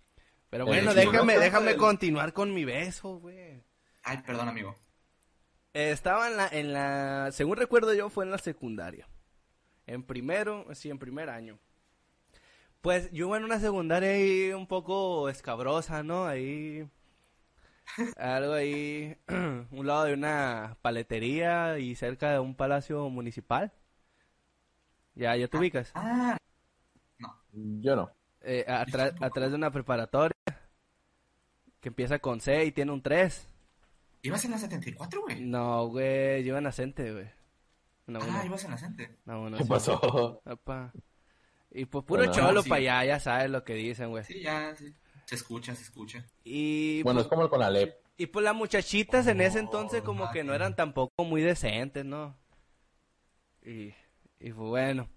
[SPEAKER 1] Pero
[SPEAKER 2] El
[SPEAKER 1] bueno,
[SPEAKER 2] chingón
[SPEAKER 1] déjame,
[SPEAKER 3] fue
[SPEAKER 1] déjame
[SPEAKER 3] el-
[SPEAKER 1] continuar con mi beso, güey.
[SPEAKER 3] Ay, perdón, amigo.
[SPEAKER 1] Eh, Estaba en la, en la, según recuerdo yo, fue en la secundaria. En primero, sí, en primer año. Pues yo iba en una secundaria ahí un poco escabrosa, ¿no? Ahí, algo ahí, un lado de una paletería y cerca de un palacio municipal. Ya, ya te ubicas.
[SPEAKER 3] Ah,
[SPEAKER 2] Yo no.
[SPEAKER 1] Eh, atrás, atrás de una preparatoria que empieza con C y tiene un 3.
[SPEAKER 3] ibas en la 74, güey.
[SPEAKER 1] No, güey, yo iba en Acente, güey. No,
[SPEAKER 3] Ah, ibas en la gente.
[SPEAKER 1] no, no,
[SPEAKER 2] ¿Qué
[SPEAKER 1] sí.
[SPEAKER 2] pasó?
[SPEAKER 1] Apa. Y pues puro
[SPEAKER 2] Bueno,
[SPEAKER 1] cholo
[SPEAKER 3] sí.
[SPEAKER 1] para allá, ya sabes lo que dicen, güey.
[SPEAKER 3] Sí, ya, sí. Se escucha, se escucha.
[SPEAKER 1] Y,
[SPEAKER 2] Bueno, es
[SPEAKER 1] pues,
[SPEAKER 2] como el Conalep.
[SPEAKER 1] y pues las muchachitas en ese entonces
[SPEAKER 3] Oh,
[SPEAKER 1] como que no
[SPEAKER 3] madre.
[SPEAKER 1] eran tampoco muy decentes, ¿no? Y, y pues bueno.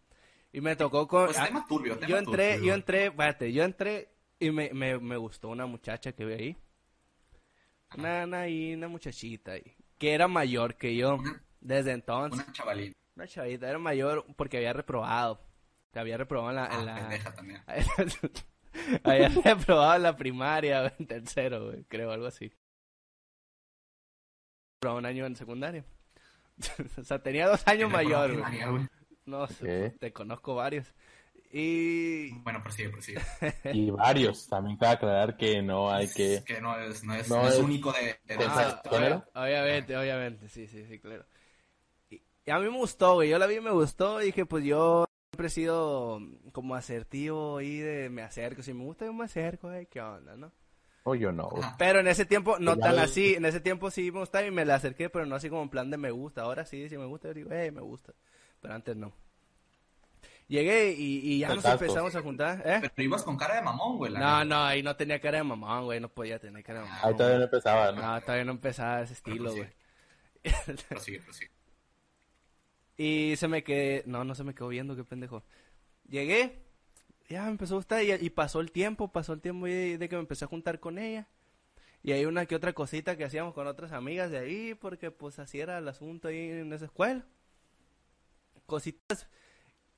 [SPEAKER 1] Y me tocó con...
[SPEAKER 3] Pues
[SPEAKER 1] ah,
[SPEAKER 3] tema turbio, tema
[SPEAKER 1] yo entré,
[SPEAKER 3] turbio.
[SPEAKER 1] yo entré, espérate, yo entré y me, me, me gustó una muchacha que vi ahí. Una, una, ahí, una muchachita ahí, que era mayor que yo
[SPEAKER 3] Una-
[SPEAKER 1] desde entonces.
[SPEAKER 3] Una chavalina.
[SPEAKER 1] Una chavita, era mayor porque había reprobado. Te había reprobado en la...
[SPEAKER 3] Ah,
[SPEAKER 1] en la-
[SPEAKER 3] pendeja también.
[SPEAKER 1] Había reprobado la primaria, güey, en tercero, güey, creo, algo así. Reprobado un año en secundaria. o sea, tenía dos años
[SPEAKER 3] Pendejo,
[SPEAKER 1] mayor,
[SPEAKER 3] no,
[SPEAKER 1] güey.
[SPEAKER 3] primaria, güey.
[SPEAKER 1] No sé,
[SPEAKER 2] Ok.
[SPEAKER 1] te conozco varios. Y...
[SPEAKER 3] Bueno, prosigue, prosigue.
[SPEAKER 2] Y varios. También cabe aclarar que no hay que.
[SPEAKER 3] Que no es, no es,
[SPEAKER 2] No
[SPEAKER 3] no es
[SPEAKER 2] es-
[SPEAKER 3] único de... de- de-
[SPEAKER 2] Ah,
[SPEAKER 3] de-
[SPEAKER 2] ¿Género?
[SPEAKER 1] obvia- obviamente, obviamente, sí, sí, sí, claro. Y, y a mí me gustó, güey, yo la vi y me gustó y dije, pues yo siempre he sido como asertivo y de me acerco, si me gusta yo me acerco, ay, qué onda, ¿no?
[SPEAKER 2] O Oh, yo no. güey.
[SPEAKER 3] Ajá.
[SPEAKER 1] Pero en ese tiempo, no
[SPEAKER 2] Ya
[SPEAKER 1] tan
[SPEAKER 2] lo-
[SPEAKER 1] así, en ese tiempo sí me gustaba y me la acerqué, pero no así como en plan de me gusta. Ahora sí, si me gusta, yo digo, hey, me gusta. Pero antes no. Llegué y, y ya nos
[SPEAKER 2] Tacazos.
[SPEAKER 1] empezamos a juntar, ¿eh?
[SPEAKER 3] Pero ibas con cara de mamón, güey. la neta.
[SPEAKER 1] No, no, ahí no tenía cara de mamón, güey, no podía tener cara de mamón.
[SPEAKER 2] Ahí Ah, todavía no Pues empezaba, ¿no?
[SPEAKER 1] No, todavía no empezaba ese estilo, güey.
[SPEAKER 3] Prosigue, prosigue.
[SPEAKER 1] Y se me quedé, no, no se me quedó viendo, qué pendejo. Llegué, ya me empezó a gustar y, y pasó el tiempo, pasó el tiempo y de que me empecé a juntar con ella. Y hay una que otra cosita que hacíamos con otras amigas de ahí, porque pues así era el asunto ahí en esa escuela. Cositas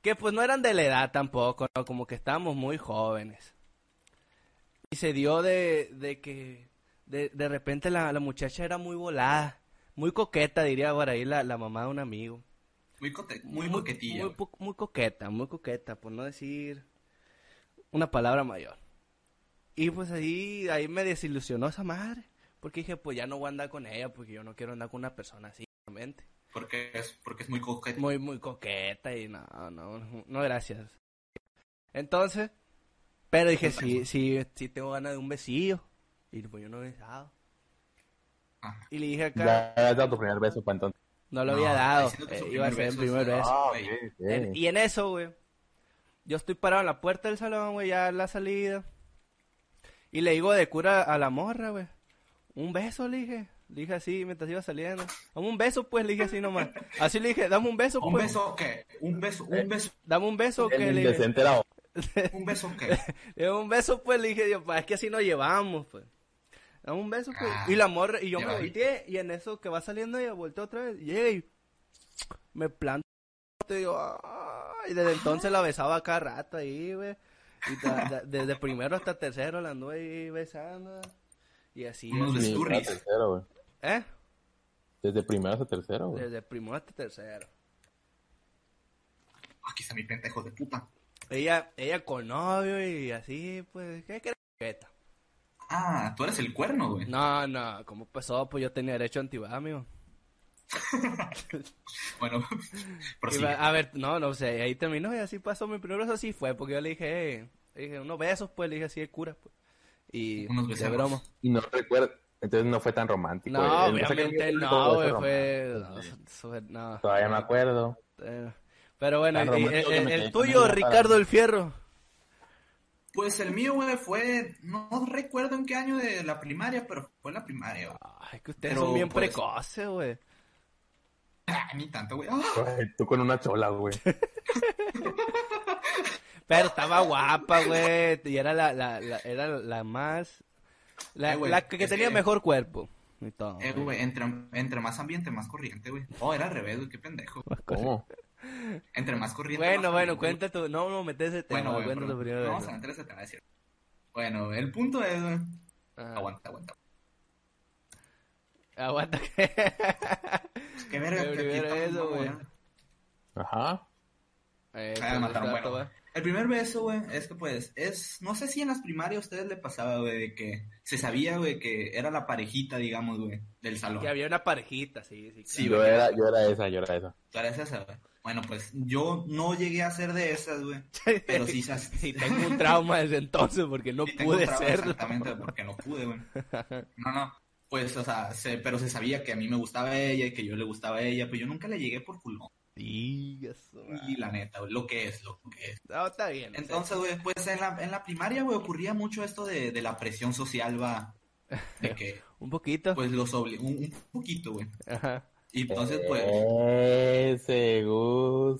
[SPEAKER 1] que pues no eran de la edad tampoco, ¿no? como que estábamos muy jóvenes. Y se dio de, de que de, de repente la, la muchacha era muy volada, muy coqueta, diría por ahí la, la mamá de un amigo
[SPEAKER 3] Muy, cote- muy coquetilla,
[SPEAKER 1] Eh, muy,
[SPEAKER 3] güey.
[SPEAKER 1] po- muy coqueta, muy coqueta, por no decir una palabra mayor. Y pues ahí, ahí me desilusionó esa madre, porque dije, pues ya no voy a andar con ella, porque yo no quiero andar con una persona así, realmente.
[SPEAKER 3] Porque es, porque es muy coqueta.
[SPEAKER 1] Muy, muy coqueta y no, no, no, gracias. Entonces, pero dije, sí, sí, sí tengo ganas de un besillo. Y pues yo no he besado.
[SPEAKER 3] Ajá.
[SPEAKER 1] Y le dije acá,
[SPEAKER 2] Ya has dado tu primer beso para entonces.
[SPEAKER 1] no lo
[SPEAKER 3] No,
[SPEAKER 1] había dado.
[SPEAKER 3] ese no es
[SPEAKER 1] eh,
[SPEAKER 3] tu
[SPEAKER 1] iba a ser
[SPEAKER 3] primer
[SPEAKER 1] el
[SPEAKER 3] beso,
[SPEAKER 1] primer
[SPEAKER 3] o sea,
[SPEAKER 1] beso.
[SPEAKER 3] Ah,
[SPEAKER 2] ok, ok.
[SPEAKER 1] En- y en eso, güey. Yo estoy parado en la puerta del salón, güey, ya la salida. Y le digo de cura a la morra, güey. Un beso, le dije. Le dije así mientras iba saliendo. Dame un beso, pues, le dije así nomás. Así le dije, dame un beso,
[SPEAKER 3] ¿Un
[SPEAKER 1] pues.
[SPEAKER 3] beso qué? ¿Un beso?
[SPEAKER 1] Eh.
[SPEAKER 3] ¿Un beso?
[SPEAKER 1] Dame un beso, que
[SPEAKER 2] El
[SPEAKER 1] le dije.
[SPEAKER 2] indecente era
[SPEAKER 3] ¿Un beso qué?
[SPEAKER 1] Le digo, un beso, pues, le dije yo, pa, es que así nos llevamos, pues. Dame un beso, pues.
[SPEAKER 3] Ah,
[SPEAKER 1] y la morra, y yo me
[SPEAKER 3] llevadito.
[SPEAKER 1] volteé, y en eso que va saliendo ella, volteó otra vez, llega y me planta. Y digo, "Ay", y desde entonces la besaba cada rato ahí, güey. Y ta- ta- desde primero hasta tercero la anduve ahí besando. Y así,
[SPEAKER 3] Unos
[SPEAKER 1] así.
[SPEAKER 2] Desde primero a
[SPEAKER 3] Turris.
[SPEAKER 2] tercero, güey.
[SPEAKER 1] ¿eh?
[SPEAKER 2] Desde primero hasta tercero, güey.
[SPEAKER 1] Desde primero hasta tercero.
[SPEAKER 3] Aquí está Ah, mi pendejo de puta.
[SPEAKER 1] Ella, ella con novio y así, pues, ¿qué crees? Coqueta.
[SPEAKER 3] Ah, tú eres el cuerno, güey.
[SPEAKER 1] No, no, ¿cómo pasó? Pues yo tenía derecho a antibajo, amigo.
[SPEAKER 3] Bueno,
[SPEAKER 1] Y
[SPEAKER 3] prosigue.
[SPEAKER 1] va- a ver, no, no sé, ahí terminó y así pasó mi primer beso, así fue, porque yo le dije, eh, le dije unos besos, pues, le dije así de cura, pues. Y
[SPEAKER 3] Unos
[SPEAKER 1] de
[SPEAKER 3] besos.
[SPEAKER 1] broma.
[SPEAKER 2] Y no recuerdo. Entonces no fue tan romántico.
[SPEAKER 1] No,
[SPEAKER 2] güey. El-
[SPEAKER 1] obviamente
[SPEAKER 2] el-
[SPEAKER 1] no,
[SPEAKER 2] el-
[SPEAKER 1] güey, fue,
[SPEAKER 2] el-
[SPEAKER 1] no, eso fue- no.
[SPEAKER 2] Todavía me acuerdo.
[SPEAKER 1] Eh, Pero bueno,
[SPEAKER 2] Tan
[SPEAKER 1] y- y-
[SPEAKER 2] romántico que
[SPEAKER 1] el,
[SPEAKER 2] me
[SPEAKER 1] el
[SPEAKER 2] quedé con
[SPEAKER 1] tuyo,
[SPEAKER 2] ella para-
[SPEAKER 1] Ricardo el Fierro.
[SPEAKER 3] Pues el mío, güey, fue. No recuerdo en qué año de la primaria, pero fue en la primaria, güey.
[SPEAKER 1] Ay, que ustedes
[SPEAKER 3] Pero,
[SPEAKER 1] son bien
[SPEAKER 3] pues-
[SPEAKER 1] precoces, güey.
[SPEAKER 3] Ah, ni tanto, güey. Ah,
[SPEAKER 2] Güey, Tú con una chola, güey.
[SPEAKER 1] Pero estaba guapa, güey, y era la, la, la- era la más, la,
[SPEAKER 3] Eh, güey,
[SPEAKER 1] la que, que
[SPEAKER 3] es
[SPEAKER 1] tenía
[SPEAKER 3] que-
[SPEAKER 1] mejor cuerpo. Y todo,
[SPEAKER 3] eh, güey, entre, entre más ambiente, más corriente, güey. Oh, era al revés, güey, qué pendejo.
[SPEAKER 2] ¿Cómo?
[SPEAKER 3] Entre más corriente.
[SPEAKER 1] Bueno,
[SPEAKER 3] más
[SPEAKER 1] bueno,
[SPEAKER 3] caliente,
[SPEAKER 1] cuenta tu, no, no, metes ese tema,
[SPEAKER 3] Bueno, güey,
[SPEAKER 1] cuenta tu
[SPEAKER 3] perdón.
[SPEAKER 1] primera
[SPEAKER 3] No
[SPEAKER 1] vez.
[SPEAKER 3] vamos a meter ese tema, es cierto. Bueno, el punto es, güey,
[SPEAKER 1] Ajá.
[SPEAKER 3] aguanta, aguanta.
[SPEAKER 1] Ah, Aguanta que. Eh,
[SPEAKER 3] Qué verga,
[SPEAKER 1] Pero
[SPEAKER 3] que aquí
[SPEAKER 1] primero
[SPEAKER 3] estamos,
[SPEAKER 1] eso, güey.
[SPEAKER 3] mamá,
[SPEAKER 2] Ajá.
[SPEAKER 1] Eh,
[SPEAKER 3] Ah,
[SPEAKER 1] pues,
[SPEAKER 3] mataron,
[SPEAKER 1] trato,
[SPEAKER 3] bueno.
[SPEAKER 1] va.
[SPEAKER 3] El primer beso, güey, es que pues, es, no sé si en las primarias a ustedes le pasaba, güey, de que se sabía, güey, que era la parejita, digamos, güey, del salón.
[SPEAKER 1] Que había una parejita, sí, sí.
[SPEAKER 3] Sí,
[SPEAKER 2] yo,
[SPEAKER 3] güey.
[SPEAKER 2] era, yo era esa, yo era esa.
[SPEAKER 3] Tú eres esa, güey. Bueno, pues yo no llegué a ser de esas, güey. Pero sí, se-
[SPEAKER 1] Sí, tengo un trauma desde entonces porque no
[SPEAKER 3] sí tengo
[SPEAKER 1] pude
[SPEAKER 3] trauma,
[SPEAKER 1] serlo.
[SPEAKER 3] Exactamente, porque no pude, güey. No, no. Pues, o sea, se- pero se sabía que a mí me gustaba ella y que yo le gustaba a ella, pero yo nunca le llegué por culón.
[SPEAKER 1] Y eso, va.
[SPEAKER 3] Y la neta, güey, lo que es, lo que es.
[SPEAKER 1] No, está bien. o sea,
[SPEAKER 3] Entonces, güey, pues en la, en la primaria, güey, ocurría mucho esto de, de la presión social, va. De que,
[SPEAKER 1] un poquito.
[SPEAKER 3] pues los obligó, un, un poquito, güey.
[SPEAKER 1] Ajá.
[SPEAKER 3] Y entonces, pues.
[SPEAKER 2] Eh, se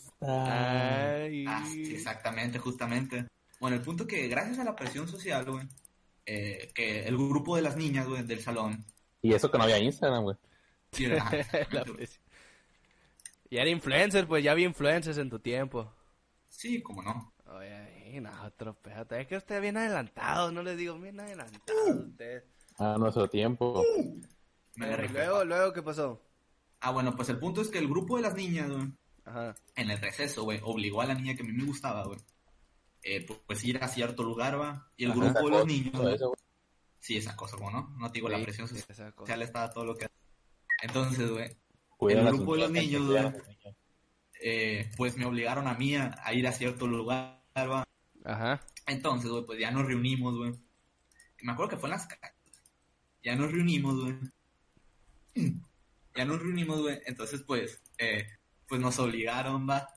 [SPEAKER 2] gusta.
[SPEAKER 1] Ay.
[SPEAKER 3] Ah, sí, exactamente, justamente. Bueno, el punto que gracias a la presión social, güey, eh, que el grupo de las niñas, güey, del salón,
[SPEAKER 2] Y eso que no había Instagram, güey.
[SPEAKER 3] sí, ah, ajá,
[SPEAKER 1] La
[SPEAKER 3] exactamente, güey.
[SPEAKER 1] presión. y era influencer, pues ya había influencers en tu tiempo.
[SPEAKER 3] sí, cómo no.
[SPEAKER 1] Oye, ay, no, tropéjate. Es que ustedes bien adelantados, no les digo, bien adelantados ustedes.
[SPEAKER 2] A nuestro tiempo.
[SPEAKER 3] Me la
[SPEAKER 1] Pero
[SPEAKER 3] rifé.
[SPEAKER 1] luego, luego, ¿qué pasó?
[SPEAKER 3] Ah, bueno, pues el punto es que el grupo de las niñas, güey,
[SPEAKER 1] Ajá.
[SPEAKER 3] en el receso, güey, obligó a la niña que a mí me gustaba, güey, eh, pu- pues ir a cierto lugar, va, y el
[SPEAKER 2] Ajá.
[SPEAKER 3] grupo de los niños,
[SPEAKER 2] Todo
[SPEAKER 3] güey,
[SPEAKER 2] eso, güey.
[SPEAKER 3] sí, esa cosa, ¿cómo no? No te digo, la
[SPEAKER 1] Sí,
[SPEAKER 3] presión social
[SPEAKER 1] esa cosa.
[SPEAKER 3] estaba todo lo que... Entonces, güey,
[SPEAKER 2] Cuidan
[SPEAKER 3] El
[SPEAKER 2] a
[SPEAKER 3] grupo
[SPEAKER 2] sus
[SPEAKER 3] de los
[SPEAKER 2] niñas,
[SPEAKER 3] niños,
[SPEAKER 2] cuidan
[SPEAKER 3] güey.
[SPEAKER 2] a sus niñas.
[SPEAKER 3] eh, pues me obligaron a mí a, a ir a cierto lugar, va,
[SPEAKER 1] Ajá.
[SPEAKER 3] Entonces, güey, pues ya nos reunimos, güey. Me acuerdo que fue en las calles. Ya nos reunimos, güey. Ya nos reunimos, güey. Entonces, pues, eh, pues nos obligaron, va, a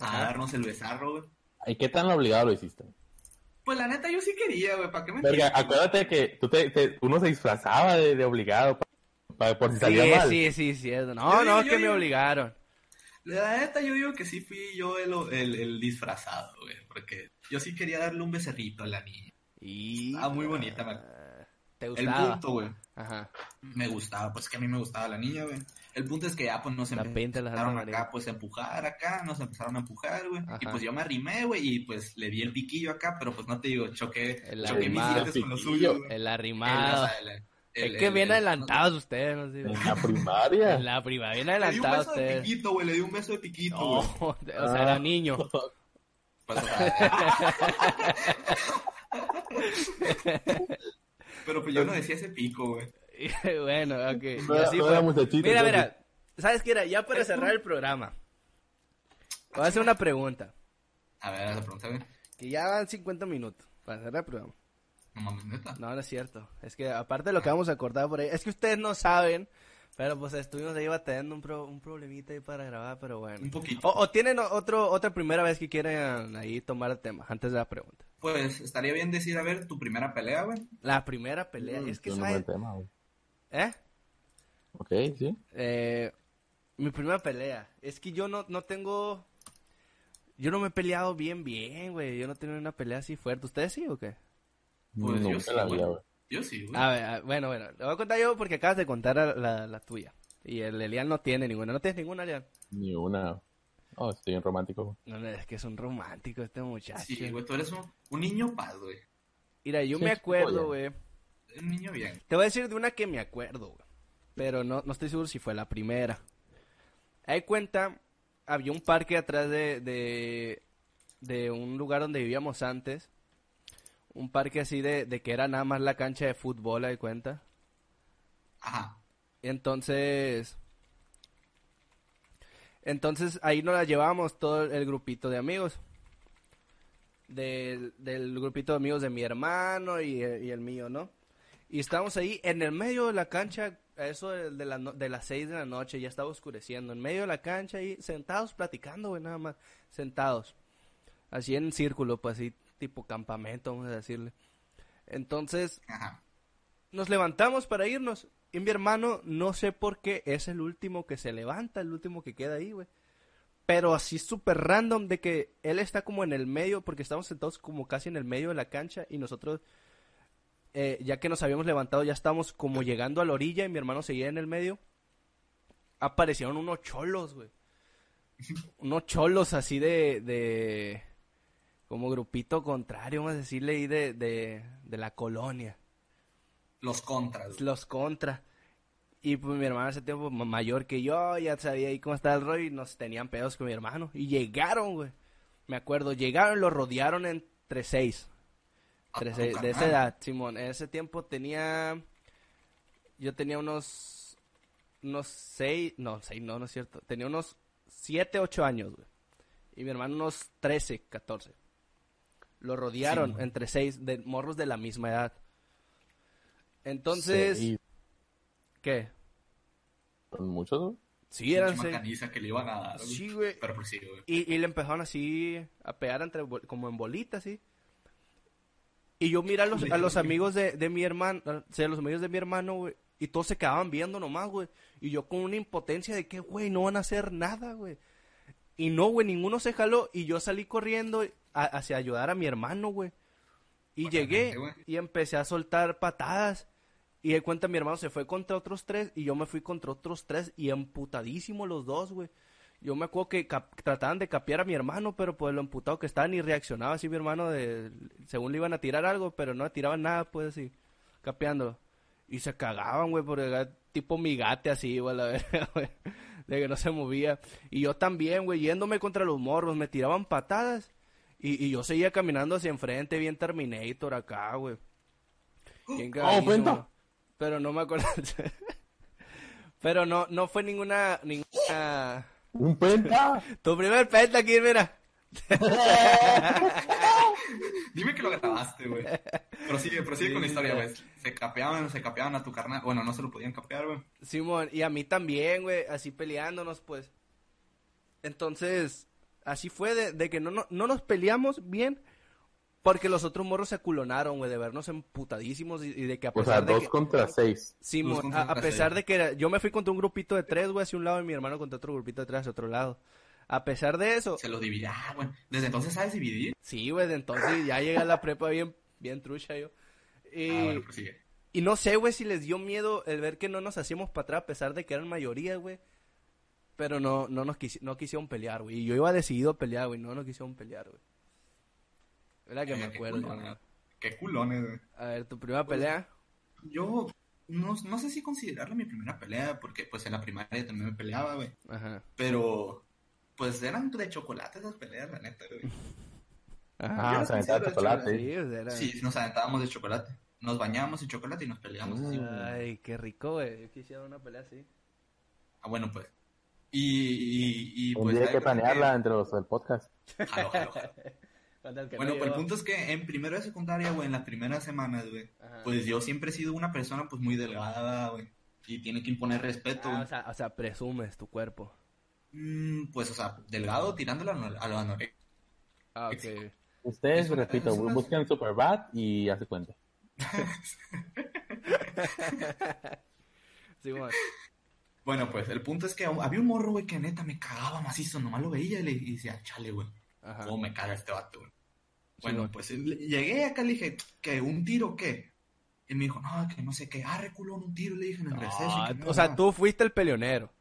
[SPEAKER 1] Ajá.
[SPEAKER 3] darnos el besarro, güey.
[SPEAKER 2] ¿Y qué tan obligado lo hiciste?
[SPEAKER 3] Pues la neta, yo sí quería, güey. ¿Para qué me
[SPEAKER 2] Verga,
[SPEAKER 3] entiendes?
[SPEAKER 2] acuérdate que tú te, te- uno se disfrazaba de, de obligado pa- pa- por si salía
[SPEAKER 1] Sí,
[SPEAKER 2] mal.
[SPEAKER 1] sí, sí, cierto. No,
[SPEAKER 3] Yo digo,
[SPEAKER 1] no, es
[SPEAKER 3] yo
[SPEAKER 1] que me
[SPEAKER 3] digo.
[SPEAKER 1] obligaron.
[SPEAKER 3] La neta, yo digo que sí fui yo el, el, el disfrazado, güey. Porque yo sí quería darle un becerrito a la niña.
[SPEAKER 1] Y...
[SPEAKER 3] Ah, muy bonita, me-
[SPEAKER 1] ¿Te
[SPEAKER 3] El
[SPEAKER 1] gustaba?
[SPEAKER 3] punto, güey.
[SPEAKER 1] Ajá.
[SPEAKER 3] Me gustaba, pues que a mí me gustaba la niña, güey. El punto es que ya, pues nos
[SPEAKER 1] La pinta la
[SPEAKER 3] empezaron
[SPEAKER 1] Ana María.
[SPEAKER 3] acá, pues a empujar acá, nos empezaron a empujar, güey. Y
[SPEAKER 1] Ajá.
[SPEAKER 3] pues yo me arrimé, güey, y pues le di el piquillo acá, pero pues no te digo, choqué,
[SPEAKER 1] El
[SPEAKER 3] choqué mis
[SPEAKER 1] arrimado.
[SPEAKER 3] dientes con los
[SPEAKER 2] El
[SPEAKER 3] suyos, güey.
[SPEAKER 1] El
[SPEAKER 3] El- o
[SPEAKER 1] arrimado.
[SPEAKER 3] sea, el- el-
[SPEAKER 1] es que
[SPEAKER 3] el-
[SPEAKER 1] bien
[SPEAKER 3] el-
[SPEAKER 1] adelantados ustedes, no sé.
[SPEAKER 2] En la primaria.
[SPEAKER 1] En la privada, bien
[SPEAKER 3] Le di un
[SPEAKER 1] adelantados
[SPEAKER 3] beso de
[SPEAKER 1] ustedes.
[SPEAKER 3] piquito, güey, le di un beso de piquito,
[SPEAKER 1] este. No,
[SPEAKER 3] güey.
[SPEAKER 1] o sea,
[SPEAKER 2] Ah.
[SPEAKER 1] era niño.
[SPEAKER 3] Pues, o sea, pero pues yo no decía ese pico, güey.
[SPEAKER 1] bueno, ok. Y
[SPEAKER 3] pues,
[SPEAKER 2] No era-
[SPEAKER 1] así
[SPEAKER 2] no
[SPEAKER 1] fue.
[SPEAKER 2] era muchachito,
[SPEAKER 1] Mira,
[SPEAKER 2] entonces.
[SPEAKER 1] mira. ¿Sabes qué era? Ya para cerrar el programa. Te Voy a hacer una pregunta.
[SPEAKER 3] A ver, esa pregunta, güey.
[SPEAKER 1] Que ya van 50 minutos para cerrar el programa.
[SPEAKER 3] No mames, neta.
[SPEAKER 1] No, no es cierto. Es que aparte de lo que vamos a cortar por ahí, es que ustedes no saben, pero pues estuvimos ahí batallando un, pro- un problemita ahí para grabar, pero bueno.
[SPEAKER 3] Un poquito.
[SPEAKER 1] O, o tienen o- otro, otra primera vez que quieren ahí tomar el tema, antes de la pregunta.
[SPEAKER 3] Pues estaría bien decir, a ver, tu primera pelea, güey.
[SPEAKER 1] La primera pelea, es que
[SPEAKER 2] Yo no
[SPEAKER 1] ¿saben?
[SPEAKER 2] veo el Mm, tema, güey.
[SPEAKER 1] ¿Eh?
[SPEAKER 2] Ok, sí.
[SPEAKER 1] Eh, mi primera pelea. Es que yo no, no tengo. Yo no me he peleado bien, bien, güey. Yo no tengo una pelea así fuerte. ¿Ustedes sí o qué?
[SPEAKER 3] Pues yo
[SPEAKER 2] Nunca
[SPEAKER 3] sí,
[SPEAKER 2] la
[SPEAKER 3] güey.
[SPEAKER 2] vi, güey.
[SPEAKER 3] Yo sí, güey.
[SPEAKER 1] A ver, a- bueno, bueno. Lo voy a contar yo porque acabas de contar a la, la tuya. Y el Elian no tiene ninguna. ¿No tienes ninguna, Elian?
[SPEAKER 2] Ni una. Oh, estoy bien romántico, güey.
[SPEAKER 1] No, no, es que es un romántico este muchacho.
[SPEAKER 3] sí, güey, tú eres un, un niño paz, güey.
[SPEAKER 1] Mira, yo
[SPEAKER 2] Sí,
[SPEAKER 1] me
[SPEAKER 2] es
[SPEAKER 1] acuerdo,
[SPEAKER 2] joya.
[SPEAKER 1] güey.
[SPEAKER 3] Un niño bien.
[SPEAKER 1] Te voy a decir de una que me acuerdo, güey. Pero no, no estoy seguro si fue la primera. Hay cuenta, había un parque atrás de, de, de un lugar donde vivíamos antes. Un parque así de, de que era nada más la cancha de fútbol, hay cuenta.
[SPEAKER 3] Ajá.
[SPEAKER 1] Entonces, entonces ahí nos la llevábamos todo el grupito de amigos. Del, del grupito de amigos de mi hermano y, el- y el mío, ¿no? Y estábamos ahí en el medio de la cancha, a eso de, de la no- de las 6 de la noche, ya estaba oscureciendo, en medio de la cancha ahí, sentados platicando, güey, nada más, sentados. Así en círculo, pues así, tipo campamento, vamos a decirle. Entonces,
[SPEAKER 3] Ajá.
[SPEAKER 1] nos levantamos para irnos. Y mi hermano, no sé por qué, es el último que se levanta, el último que queda ahí, güey. Pero así súper random de que él está como en el medio, porque estamos sentados como casi en el medio de la cancha y nosotros, eh, ya que nos habíamos levantado, ya estábamos como llegando a la orilla y mi hermano seguía en el medio. Aparecieron unos cholos, güey. Unos cholos así de, de... Como grupito contrario, vamos a decirle, ahí de, de, de la colonia
[SPEAKER 3] Los contras, güey.
[SPEAKER 1] los contra. Y pues mi hermano hace tiempo ma- mayor que yo, ya sabía ahí cómo estaba el rollo y nos tenían pedos con mi hermano. Y llegaron, güey. Me acuerdo, llegaron, lo rodearon entre seis. Entre
[SPEAKER 3] Ah,
[SPEAKER 1] seis,
[SPEAKER 3] tu
[SPEAKER 1] de esa
[SPEAKER 3] carnal.
[SPEAKER 1] edad, Simón. En ese tiempo tenía... Yo tenía unos... Unos seis... No, seis no, no es cierto. Tenía unos siete, ocho años, güey. Y mi hermano unos trece, catorce. Lo rodearon
[SPEAKER 3] Simón.
[SPEAKER 1] entre seis de morros de la misma edad. Entonces...
[SPEAKER 2] Sí,
[SPEAKER 1] ¿Qué?
[SPEAKER 2] son muchos, güey.
[SPEAKER 1] Sí,
[SPEAKER 3] Pinche
[SPEAKER 1] eran seis.
[SPEAKER 3] macaniza que le iban a dar, güey.
[SPEAKER 1] Sí, güey.
[SPEAKER 3] Pero pues sí, güey.
[SPEAKER 1] Y, y le empezaron así a pegar entre bol- como en bolitas, así. Y yo mira a los, a los amigos de, de mi hermano, o sea, a los amigos de mi hermano, güey. Y todos se quedaban viendo nomás, güey. Y yo con una impotencia de que, güey, no van a hacer nada, güey. Y no, güey, ninguno se jaló. Y yo salí corriendo a- hacia ayudar a mi hermano, güey. Y
[SPEAKER 3] Buena
[SPEAKER 1] llegué
[SPEAKER 3] gente, güey.
[SPEAKER 1] y empecé a soltar patadas. Y de cuenta mi hermano se fue contra otros tres y yo me fui contra otros tres y emputadísimo los dos, güey. Yo me acuerdo que cap- trataban de capear a mi hermano, pero pues lo emputado que estaban y reaccionaba así mi hermano de... Según le iban a tirar algo, pero no le tiraban nada, pues así, capeándolo. Y se cagaban, güey, porque era tipo migate así, güey, la verga, güey. De que no se movía. Y yo también, güey, yéndome contra los morros, me tiraban patadas. Y, y yo seguía caminando hacia enfrente, bien Terminator acá, güey. Bien cagadísimo,
[SPEAKER 2] cuenta.
[SPEAKER 1] ¿no? Pero no me acuerdo. Pero no, no fue ninguna, ninguna...
[SPEAKER 2] ¡Un penta!
[SPEAKER 1] Tu primer pet aquí, mira.
[SPEAKER 3] Dime que lo grabaste, güey. Prosigue, prosigue con la historia, güey. Se capeaban, se capeaban a tu carnal. Bueno, no se lo podían capear, güey.
[SPEAKER 1] Simón, y a mí también, güey, así peleándonos, pues. Entonces, así fue de, de que no, no, no nos peleamos bien porque los otros morros se culonaron, güey, de vernos emputadísimos y, y de que a
[SPEAKER 2] O sea,
[SPEAKER 1] pesar de
[SPEAKER 2] dos
[SPEAKER 1] que...
[SPEAKER 2] contra seis.
[SPEAKER 3] Dos
[SPEAKER 1] Simón,
[SPEAKER 3] contra
[SPEAKER 1] a, a
[SPEAKER 3] tres,
[SPEAKER 1] pesar
[SPEAKER 3] ahí.
[SPEAKER 1] de que era- yo me fui contra un grupito de tres, güey, hacia un lado y mi hermano contra otro grupito de tres hacia otro lado. A pesar de eso,
[SPEAKER 3] Se lo dividía, ah, güey. Desde entonces sabes dividir.
[SPEAKER 1] sí, güey, de entonces ya llegué a la prepa bien, bien trucha yo. Y,
[SPEAKER 3] Ah, bueno, prosigue.
[SPEAKER 1] Y no sé, güey, si les dio miedo el ver que no nos hacíamos para atrás, a pesar de que eran mayoría, güey. Pero no, no nos quisi- no quisieron pelear, güey. Y yo iba decidido a pelear, güey. No nos quisieron pelear, güey. Era que me
[SPEAKER 3] Eh, qué
[SPEAKER 1] acuerdo.
[SPEAKER 3] culones. Qué culones, güey.
[SPEAKER 1] A ver, tu primera pelea.
[SPEAKER 3] Yo no, no sé si considerarla mi primera pelea, porque pues en la primaria también me peleaba, güey.
[SPEAKER 1] Ajá.
[SPEAKER 3] Pero, pues eran de chocolate esas peleas, la neta, güey.
[SPEAKER 1] Ajá.
[SPEAKER 2] Ah,
[SPEAKER 3] las
[SPEAKER 2] se aventaba
[SPEAKER 3] considero
[SPEAKER 2] chocolate.
[SPEAKER 1] Sí, o sea, era-
[SPEAKER 3] Sí, nos aventábamos de chocolate. Nos bañábamos en
[SPEAKER 1] Ah.
[SPEAKER 3] chocolate y nos peleábamos así.
[SPEAKER 1] Ay, qué rico, güey. Yo quisiera una pelea así.
[SPEAKER 3] Ah, bueno, pues. Y, y, y
[SPEAKER 2] Un
[SPEAKER 3] pues...
[SPEAKER 2] día hay
[SPEAKER 3] ya
[SPEAKER 2] que
[SPEAKER 3] creo
[SPEAKER 2] planearla entre los del podcast.
[SPEAKER 3] Jalo, jalo, jalo.
[SPEAKER 1] Cuando el que no
[SPEAKER 3] Bueno, pues el
[SPEAKER 1] llegó.
[SPEAKER 3] punto es que en primero de secundaria, güey, en las primeras semanas, güey,
[SPEAKER 1] Ajá.
[SPEAKER 3] pues yo siempre he sido una persona pues muy delgada, güey. Y tiene que imponer respeto.
[SPEAKER 1] Ah,
[SPEAKER 3] güey.
[SPEAKER 1] o, sea, o sea, presumes tu cuerpo.
[SPEAKER 3] Mm, pues, o sea, delgado tirándolo a lo- a lo anorexia.
[SPEAKER 1] Ah, ok.
[SPEAKER 3] Exacto.
[SPEAKER 2] Ustedes,
[SPEAKER 3] Es una-
[SPEAKER 2] repito,
[SPEAKER 3] es una-
[SPEAKER 2] busquen Superbad y hace cuenta.
[SPEAKER 1] Sí, bueno.
[SPEAKER 3] Bueno, pues el punto es que había un morro, güey, que neta me cagaba macizo, nomás lo veía y le y decía, chale, güey,
[SPEAKER 1] Ajá.
[SPEAKER 3] cómo me caga este vato, güey. Bueno,
[SPEAKER 1] güey.
[SPEAKER 3] pues le- llegué acá, le dije, ¿qué? ¿Un tiro o qué? Y me dijo, no, que no sé qué, ah, culón, un tiro, le dije en el receso.
[SPEAKER 1] Ah,
[SPEAKER 3] y que no,
[SPEAKER 1] o sea,
[SPEAKER 3] no.
[SPEAKER 1] tú fuiste el peleonero.